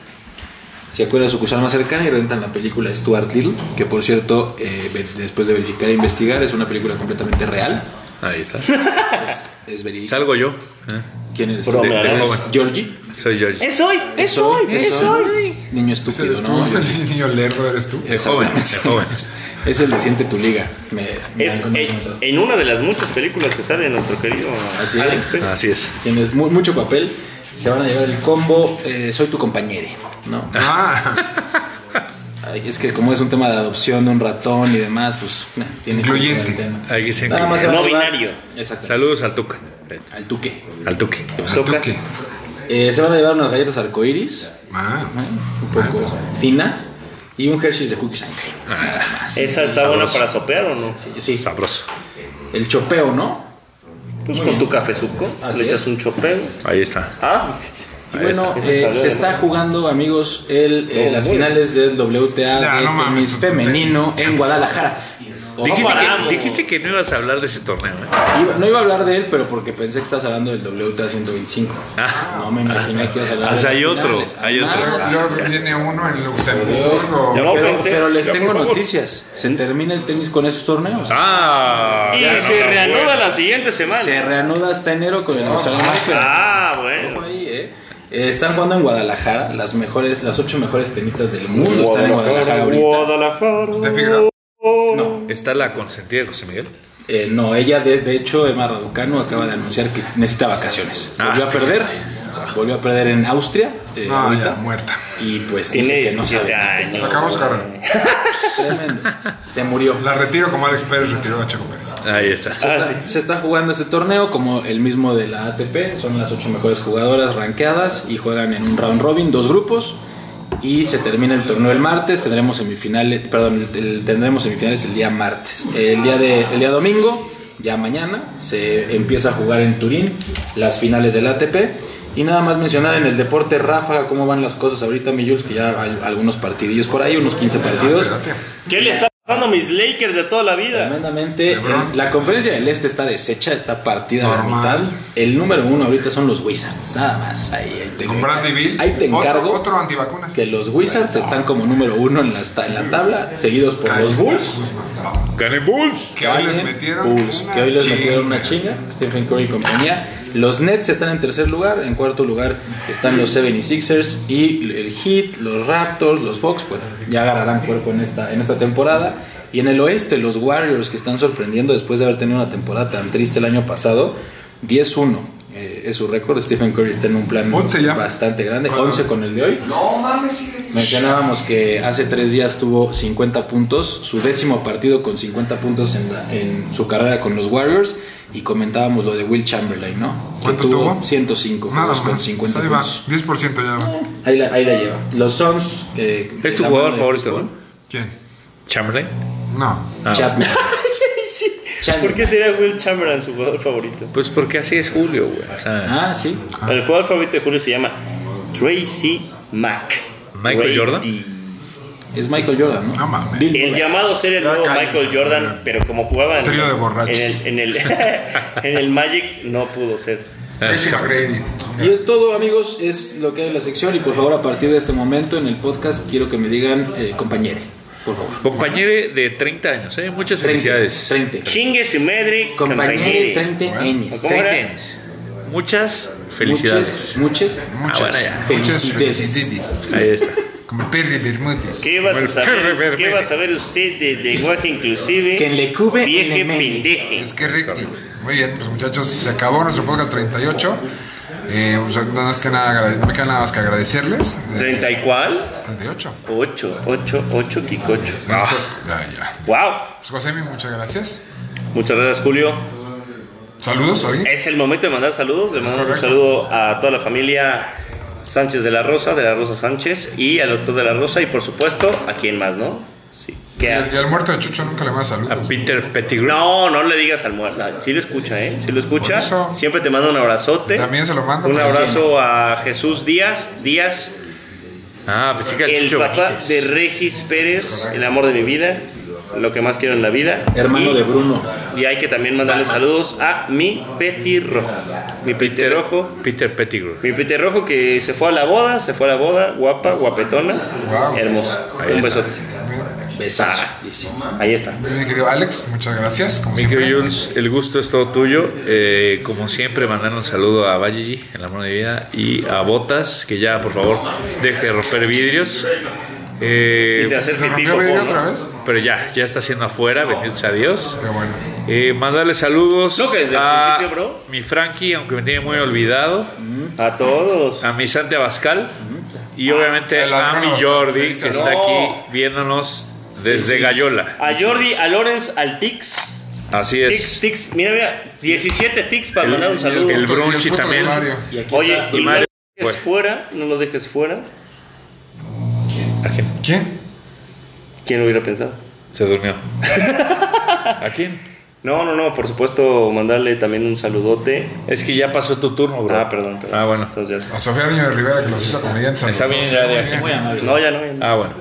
D: Se acuerda de su sucursal más cercana y rentan la película Stuart Little, que por cierto, eh, ve- después de verificar e investigar, es una película completamente real.
C: Ahí está.
D: Es, es verídica.
C: Salgo yo. ¿eh?
D: ¿Quién eres?
B: Broma,
D: ¿Eres
C: ¿eh? joven.
D: Georgie.
C: Soy yo.
B: Es hoy, es hoy, es hoy.
D: Niño
A: Ese eres
D: estúpido,
A: tú,
D: ¿no? Georgie?
A: el niño lerdo eres tú.
C: De jóvenes, de jóvenes.
D: Es el de Siente tu liga. Me- me
B: Es
D: han
B: en,
D: comentado.
B: en una de las muchas películas que sale nuestro querido
D: Así
B: Alex.
D: es.
B: Pérez.
C: Así es.
D: Tienes mu- mucho papel. Se van a llevar el combo eh, Soy tu compañero. No.
A: [LAUGHS] Ah,
D: Ay, es que como es un tema de adopción de un ratón y demás, pues eh, tiene que
A: Incluyente.
D: ver el tema.
C: Ahí dicen
D: Nada
C: que-
D: más se va
B: No
D: a llevar-
B: binario.
D: Exacto.
C: Saludos al Tuca.
D: Al tuque.
C: Al Tuque.
A: ¿tú
B: Toca.
A: qué?
D: Eh, se van a llevar unas galletas arcoíris,
A: Ah, pues. Ah.
D: ¿eh? un poco finas, y un Hershey's de Cookies and Cream. Nada más.
B: ¿Esa está buena para sopear o no?
D: Sí, sí.
C: Sabroso.
D: El chopeo, ¿no?
B: Pues con tu cafezuco,
D: Así
B: le echas
D: es.
B: un chopeo.
C: Ahí está.
B: Ah,
D: Y
C: Ahí
D: bueno,
B: está. Eso
D: eh,
B: salió
D: se
B: de
D: está
B: nuevo.
D: jugando, amigos, el, eh,
B: Todo
D: las
B: muy
D: finales del WTA
A: Ya,
D: de
A: no mames,
D: tenis
A: tú, tú,
D: femenino en Guadalajara.
C: Dijiste,
D: Ojo,
C: que,
B: paramos.
C: dijiste que no ibas a hablar de ese torneo. ¿eh?
D: Iba- no iba a hablar de él, pero porque pensé que estabas hablando del WTA 125.
C: Ah.
D: no me imaginé que ibas a hablar
C: Ah,
D: de
C: o sea,
D: las
C: hay otro,
D: finales.
C: hay otro.
D: Además,
C: Ah,
A: Luego viene uno en Luxemburgo.
B: Ya no
D: Pero,
B: pensé.
D: pero les
B: Ya,
D: tengo
B: por favor.
D: noticias. Se termina el tenis con esos torneos.
C: Ah.
B: Y
C: ya
B: se
C: no,
B: reanuda
C: bueno.
B: la siguiente semana.
D: Se reanuda hasta enero con el Australian Open.
B: Ah,
D: Ojo
B: bueno.
D: ahí, eh. Eh, están jugando en Guadalajara. Las mejores, las ocho mejores tenistas del mundo están en Guadalajara ahorita.
B: Guadalajara.
A: Este Figueroa.
D: No,
C: Está la consentida de José Miguel.
D: eh, no, ella de, de hecho, Emma Raducanu acaba de anunciar que necesita vacaciones.
C: Ah.
D: Volvió a perder. Volvió a perder en Austria.
A: Ah,
D: eh,
A: ya,
D: ahorita.
A: muerta.
D: Y pues
B: Tiene
D: dice que no
B: 17
D: sabe.
B: años.
A: Acabó su carrera.
D: Tremendo. Se murió.
A: La retiro como Alex Pérez retiró a Checo Pérez.
C: Ahí está.
D: [LAUGHS] Se, está, se está jugando este torneo como el mismo de la ATP. Son las ocho mejores jugadoras rankeadas y juegan en un round robin, dos grupos. Y se termina el torneo el martes. Tendremos semifinales, perdón, el- el- tendremos semifinales el día martes. El día, de, el día domingo, ya mañana, se empieza a jugar en Turín las finales del ATP. Y nada más mencionar en el deporte ráfaga cómo van las cosas ahorita, mi Jules, que ya hay algunos partidillos por ahí, unos 15 partidos.
B: ¿Qué le está pasando a mis Lakers de toda la vida?
D: Tremendamente.
A: LeBron.
D: el- la conferencia del este está deshecha, está partida a la
A: Normal.
D: mitad. El número uno ahorita son los Wizards, nada más. Ahí, ahí te,
A: Con Bradley Bill.
D: ahí te
A: Otro-
D: encargo
A: Otro, antivacunas.
D: que los Wizards están como número uno en la, esta- en la tabla, seguidos por los Bulls.
C: Ganen Bulls.
A: Que hoy les
D: Allen,
A: metieron.
D: Bulls,
A: una
D: que hoy les metieron
A: chinga.
D: una chinga. Stephen Curry y compañía. Los Nets están en tercer lugar, en cuarto lugar están los 76ers y el Heat, los Raptors, los Bucks, bueno, ya agarrarán cuerpo en esta, en esta temporada. Y en el oeste, los Warriors que están sorprendiendo después de haber tenido una temporada tan triste el año pasado, 10-1. eh, es su récord, Stephen Curry está en un plan
A: 11 ya.
D: bastante grande, 11 con el de hoy. Mencionábamos que hace tres días tuvo 50 puntos, su décimo partido con 50 puntos en, la- en su carrera con los Warriors y comentábamos lo de Will Chamberlain, ¿no? Que
A: ¿Cuántos tuvo?
D: 105
A: Nada
D: juegos
A: más. Pues
D: con 50
A: ahí va,
D: puntos.
A: 10% ya va.
D: Ahí la, ahí la lleva. Los Suns... eh,
C: ¿Es tu
D: la mano
C: jugador
D: de
C: favorito? Ah.
D: Chris
C: no?
A: ¿Quién?
C: Chamberlain.
A: No.
D: Paul,
C: [LAUGHS]
D: Chapman. Chandler.
B: ¿Por qué sería Will Chamberlain su jugador favorito?
C: Pues porque así es Julio, güey. O sea,
D: Ah, sí.
B: El jugador favorito de Julio se llama Tracy Mack.
C: ¿Michael Jordan?
D: Es Michael Jordan, ¿no?
A: No mames.
D: Bill
B: El
D: Murray.
B: llamado ser el
A: Ya
B: nuevo
A: cállate,
B: Michael Jordan,
A: ya.
B: pero como jugaba en,
A: Ah, Trío de borrachos.
B: en el, en, el, [LAUGHS] en el Magic, no pudo ser.
C: Eh,
A: Tracy McGrady.
C: Ah,
D: Y es todo, amigos, es lo que hay en la sección. Y por favor, a partir de este momento en el podcast, quiero que me digan, eh, compañero, por favor.
C: Compañero de 30 años, ¿eh? Muchas
D: 30.
C: felicidades.
D: 30.
B: Chingue su madre,
D: Compañero,
B: compañere.
D: 30 años.
B: ¿Cómo era?
C: 30 años. Muchas felicidades. Ah,
D: Muchas, muchas
C: bueno, ya.
A: Muchas
D: felicidades.
A: felicidades.
C: Ahí está.
A: Como Perry Bermúdez.
B: ¿Qué vas a
C: Bueno, perre,
B: saber?
C: perre,
B: ¿Qué
C: perre.
B: va a saber usted de lenguaje inclusive?
D: Que en le cube, en
B: Vieje
D: le mene.
B: pendeje.
A: Es que recti. Muy bien, pues muchachos, se acabó nuestro podcast 38. Eh, pues, nada más que nada, agrade- no me queda nada más que agradecerles. Eh,
B: ¿Treinta y cuál?
A: 38.
B: Ocho, ocho, ocho, Kikocho.
C: Ah.
D: Ah.
A: Ya, ya.
B: ¡Wow!
A: Pues Josemi, muchas gracias.
B: Muchas gracias, Julio.
A: Saludos, ¿alguien?
B: Es el momento de mandar saludos. Le mandamos un
A: correcto.
B: saludo a toda la familia Sánchez de la Rosa, de la Rosa Sánchez, y al doctor de la Rosa, y por supuesto, ¿a quién más, no? Sí. Que
C: Eh.
B: a-
A: Y al muerto de Chucho nunca le manda
C: A
A: saludos.
C: Peter Pettigrew.
B: No, no le digas al muerto. No, sí lo escucha, ¿eh? Sí lo escucha.
A: Por eso.
B: Siempre te manda un abrazote.
A: También se lo mando,
B: Un
A: pero
B: abrazo a Jesús Díaz. Díaz,
C: Ah, pues sí que el
B: el
C: Chucho
B: papá
C: Benítez.
B: de Regis Pérez, el amor de mi vida, lo que más quiero en la vida.
D: Hermano
B: Y-
D: de Bruno.
B: Y hay que también mandarle saludos a mi petirrojo. Mi petirrojo.
C: Peter Pettigrew.
B: Mi petirrojo que se fue a la boda, se fue a la boda, guapa, guapetona,
A: Wow.
B: hermosa.
C: Ahí
B: Un
C: está.
B: besote.
D: Besazo.
B: Ah.
D: dice.
B: Ahí está.
A: Mi querido Alex, muchas gracias. Como
C: Mi querido
A: siempre.
C: Jules, el gusto es todo tuyo. Eh, como siempre, mandar un saludo a Valle, el amor de mi vida, y a Botas, que ya por favor deje de romper vidrios.
B: Y te
C: Eh,
A: ¿Te
B: acerque
A: rompió
B: tipo.
A: vidrio
B: ¿no?
A: otra vez?
C: pero ya, ya está siendo afuera, bendito sea Dios.
A: Pero bueno.
C: Eh, mandarle saludos
B: No, que desde el
C: a
B: principio, bro.
C: mi Frankie, aunque me tiene muy olvidado,
B: A todos.
C: a mi Santi Abascal y
B: Ah,
C: obviamente
A: el
C: a
A: ladrón
C: mi
A: Abascal,
C: Jordi,
A: sí, sí,
C: que
A: no.
C: está aquí viéndonos desde Gallola.
B: A Jordi, a Lorenz, al Tix.
C: Así
B: Tix,
C: es.
B: Tix. Mira, mira. 17 Tix para mandar un saludo.
C: el
A: puto-
C: Brunchi
A: y puto
C: también.
A: Mario.
D: Y aquí
B: Oye,
D: está.
B: y no
C: Mario,
B: lo dejes
C: pues.
B: fuera, no lo dejes fuera.
A: ¿Quién?
B: ¿Quién lo hubiera pensado?
C: Se durmió. [LAUGHS] ¿A quién?
B: No, no, no, por supuesto, mandarle también un saludote.
C: Es que ya pasó tu turno, bro.
B: Ah, perdón, perdón.
C: Ah, bueno.
B: Entonces ya-
A: A Sofía Niño de Rivera, que los hizo comediantes. a los
C: Está bien,
A: dos.
C: ya, ya.
A: Muy bien.
D: Muy amable.
B: No, ya no. ya no.
C: Ah, bueno.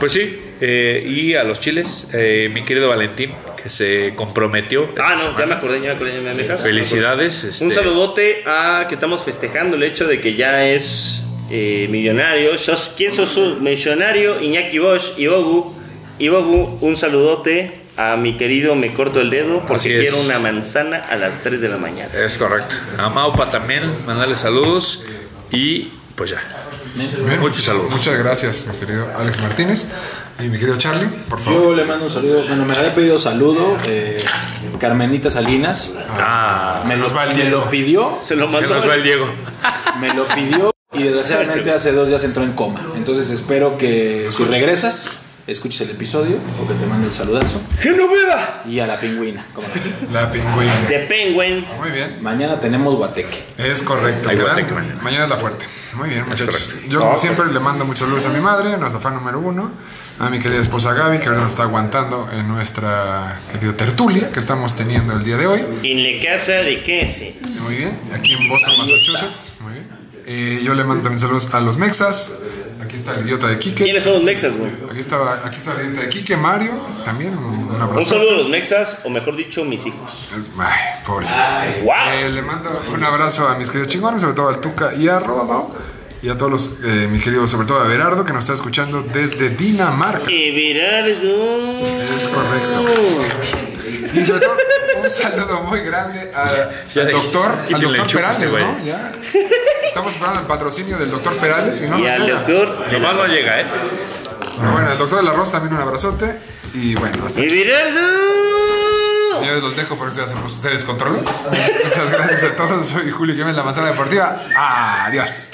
C: Pues sí, eh, y a los chiles, eh, mi querido Valentín, que se comprometió. esta
B: Ah, no, ya me
C: semana.
B: acordé, ya me acordé, ya me acordé.
C: Felicidades.
B: Un
C: este,
B: saludote a que estamos festejando el hecho de que ya es eh, millonario. Sos- ¿Quién sos su millonario? Iñaki Bosch, Ibogu. Ibogu, un saludote a mi querido Me Corto el Dedo porque
C: Así es.
B: quiero una manzana a las 3 de la mañana.
C: Es correcto. A Maupa también, mandarle saludos. Y pues ya.
A: Bien,
C: Muchos saludos.
A: Muchas gracias, mi querido Alex Martínez. Y mi querido Charlie, por favor.
D: Yo le mando un saludo. Bueno, me había pedido saludo eh, Carmenita Salinas.
C: Ah,
D: Me
A: nos
D: lo-
A: va el
D: me
A: Diego.
D: lo pidió.
B: Se lo
C: se
B: mandó.
C: nos va el Diego.
D: me lo pidió y desgraciadamente hace dos días entró en coma. Entonces espero que si regresas, escuches el episodio o que te mande el saludazo.
B: ¡Genoveva!
D: Y a la pingüina, como no.
A: La pingüina.
B: De Penguin.
A: Muy bien.
D: Mañana tenemos guateque.
A: Es correcto.
C: Ahí
A: gran-
C: guateque mañana.
A: Mañana es la fuerte. Muy bien, muchachos.
C: correcto.
A: Yo, como siempre, le mando muchos saludos a mi madre, nuestra fan número uno, a mi querida esposa Gaby, que ahora nos está aguantando en nuestra querida tertulia que estamos teniendo el día de hoy.
B: En la casa de Casey.
A: Muy bien, aquí en Boston, Massachusetts. Muy bien. Eh, yo le mando también saludos a los mexas. Aquí está el idiota de Quique.
B: ¿Quiénes son los mexas, güey?
A: Aquí está, aquí está el idiota de Quique, Mario. También un, un
B: Un
A: abrazo.
B: saludo a los mexas, o mejor dicho, mis hijos.
A: Ay, pobrecito.
B: ¡Wow!
A: Eh, le mando un abrazo a mis queridos chingones, sobre todo al Tuca y a Rodo. y a todos los, eh, mi querido, sobre todo a Berardo, que nos está escuchando desde Dinamarca.
C: Eh,
B: Everardo.
A: Es correcto. Y sobre todo, un saludo muy grande a-
C: ya
A: al
C: de-
A: doctor, al
C: quítenle el
A: doctor
C: chupo a este
A: Perales, ¿no?
C: güey.
A: Ya. Estamos esperando el patrocinio del doctor Perales y no
B: Y
A: nos
B: al
A: llega.
B: doctor. de la-
C: Nomás no llega, ¿eh?
A: Pero bueno, al doctor de la Rosa también un abrazote. Y bueno, hasta
B: Everardo.
A: Señores, los dejo porque ya se ustedes controló. Muchas gracias a todos. Soy Julio Jiménez, la manzana deportiva. Adiós.